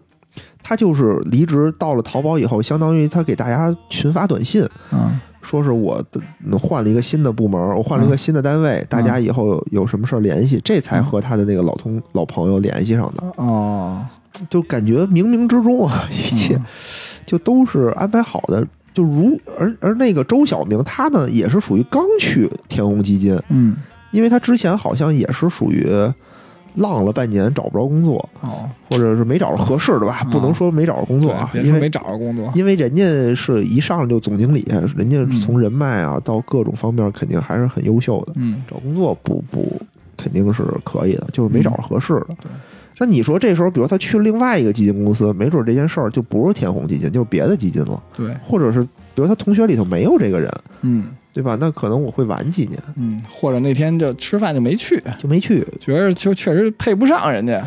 A: 他就是离职到了淘宝以后，相当于他给大家群发短信，
B: 嗯
A: 说是我的嗯换了一个新的部门，我换了一个新的单位，大家以后有有什么事儿联系，这才和他的那个老同老朋友联系上的，
B: 哦，
A: 就感觉冥冥之中啊，一切
B: 嗯
A: 就都是安排好的。就如而而那个周晓明，他呢也是属于刚去天弘基金，
B: 嗯
A: 因为他之前好像也是属于浪了半年找不着工作，
B: 哦，
A: 或者是没找着合适的吧，
B: 啊
A: 不能说没找着工作啊，
B: 对别
A: 因为
B: 说没找着嗯工作，
A: 因为人家是一上来就总经理，人家从人脉啊到各种方面肯定还是很优秀的，
B: 嗯
A: 找工作不不肯定是可以的，就是没找着合适的
B: 对。
A: 那你说这时候，比如他去另外一个基金公司，没准这件事儿就不是天弘基金，就是别的基金了，
B: 对，
A: 或者是比如他同学里头没有这个人，
B: 嗯
A: 对吧？那可能我会晚几年
B: 嗯，或者那天就吃饭就没去，
A: 就没去，
B: 觉着就确实配不上人家，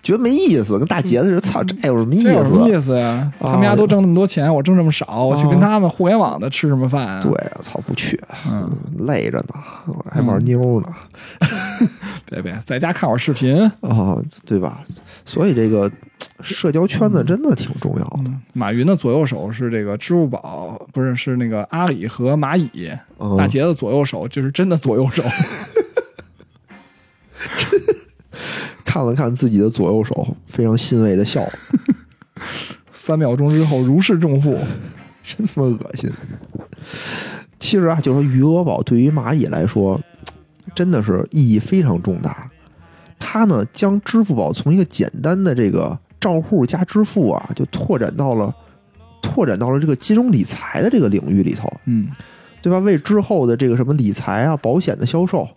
A: 觉得没意思，跟大杰子似的，操，这有什么意
B: 嗯这有什么
A: 思？
B: 意思呀？
A: 啊
B: 他们家都挣那么多钱，我挣这么少，我去跟他们互联网的吃什么饭啊？
A: 对，，操，不去，
B: 嗯，
A: 累着呢，还玩妞呢。
B: 别别，在家看会儿视频。
A: 啊，对吧？所以这个社交圈子真的挺重要的。
B: 马云的左右手是这个支付宝，不是是那个阿里和蚂蚁。
A: 嗯
B: 大杰的左右手就是真的左右手，
A: 看了看自己的左右手，非常欣慰的笑，
B: 三秒钟之后如释重负。
A: 真他妈恶心。其实啊，就说余额宝对于蚂蚁来说，真的是意义非常重大。它呢，将支付宝从一个简单的这个账户加支付啊，就拓展到了拓展到了这个金融理财的这个领域里头。
B: 嗯
A: 对吧？为之后的这个什么理财啊、保险的销售，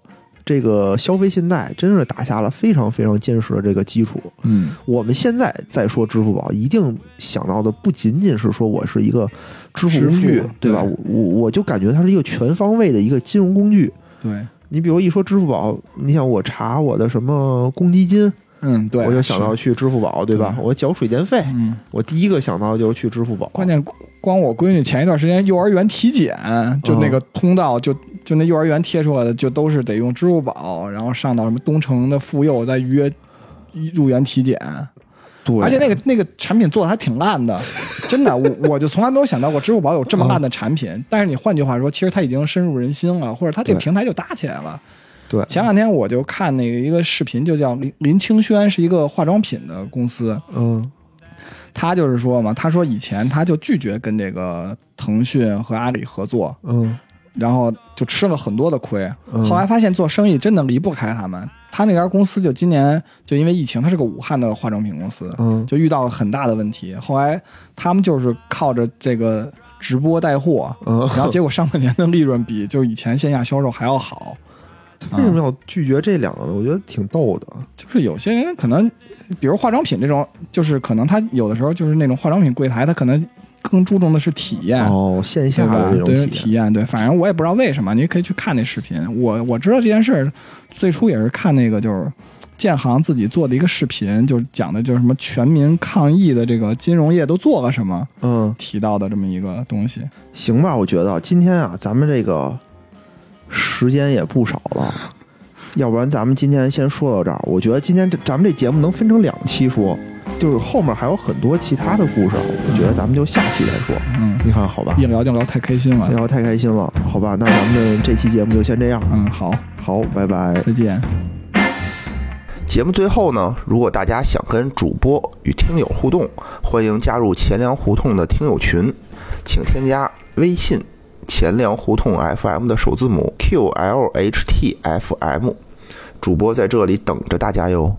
A: 这个消费信贷，真是打下了非常非常坚实的这个基础。
B: 嗯
A: 我们现在再说支付宝，一定想到的不仅仅是说我是一个支付工具
B: 支付，
A: 对吧？
B: 对
A: 我我我就感觉它是一个全方位的一个金融工具。
B: 对，
A: 你比如一说支付宝，你想我查我的什么公积金，
B: 嗯对，
A: 我就想到
B: 是
A: 去支付宝，对吧？
B: 对
A: 我缴水电费，
B: 嗯，
A: 我第一个想到就是去支付宝。
B: 关键光我闺女前一段时间幼儿园体检，就那个通道就就那幼儿园贴出来的，就都是得用支付宝，然后上到什么东城的妇幼再约入园体检，
A: 对，
B: 而且那个那个产品做的还挺烂的， 真的，我我就从来没有想到过支付宝有这么烂的产品。但是你换句话说，其实它已经深入人心了，或者它这个
A: 对
B: 平台就搭起来了。
A: 对，
B: 前两天我就看那个一个视频，就叫林林清轩，是一个化妆品的公司，
A: 嗯
B: 他就是说嘛，他说以前他就拒绝跟这个腾讯和阿里合作，
A: 嗯
B: 然后就吃了很多的亏。
A: 嗯
B: 后来发现做生意真的离不开他们。他那家公司就今年就因为疫情，他是个武汉的化妆品公司，
A: 嗯
B: 就遇到了很大的问题。后来他们就是靠着这个直播带货，
A: 嗯，
B: 然后结果上半年的利润比就以前线下销售还要好。嗯
A: 为什么要拒绝这两个呢？我觉得挺逗的。
B: 就是有些人可能，比如化妆品这种，就是可能他有的时候就是那种化妆品柜台，他可能更注重的是体验。
A: 哦，线
B: 对
A: 下
B: 吧
A: 的这？种
B: 哎对
A: 体验，
B: 验，对，反正我也不知道为什么，你可以去看那视频。我我知道这件事儿，最初也是看那个就是建行自己做的一个视频，就是讲的就是什么全民抗疫的这个金融业都做了什么，
A: 嗯，
B: 提到的这么一个东西。
A: 行吧，我觉得今天啊，咱们这个时间也不少了，要不然咱们今天先说到这儿。我觉得今天这咱们这节目能分成两期说，就是后面还有很多其他的故事，啊我觉得咱们就下期再说。
B: 嗯，
A: 你看好吧
B: 一？聊就聊太开心了。
A: 聊太开心了，好吧，那咱们这期节目就先这样，
B: 嗯，好，
A: 好，拜拜。
B: 再见。
C: 节目最后呢，如果大家想跟主播与听友互动，欢迎加入钱粮胡同的听友群，请添加微信“钱粮胡同 FM” 的首字母 “QLHTFM”，主播在这里等着大家哟。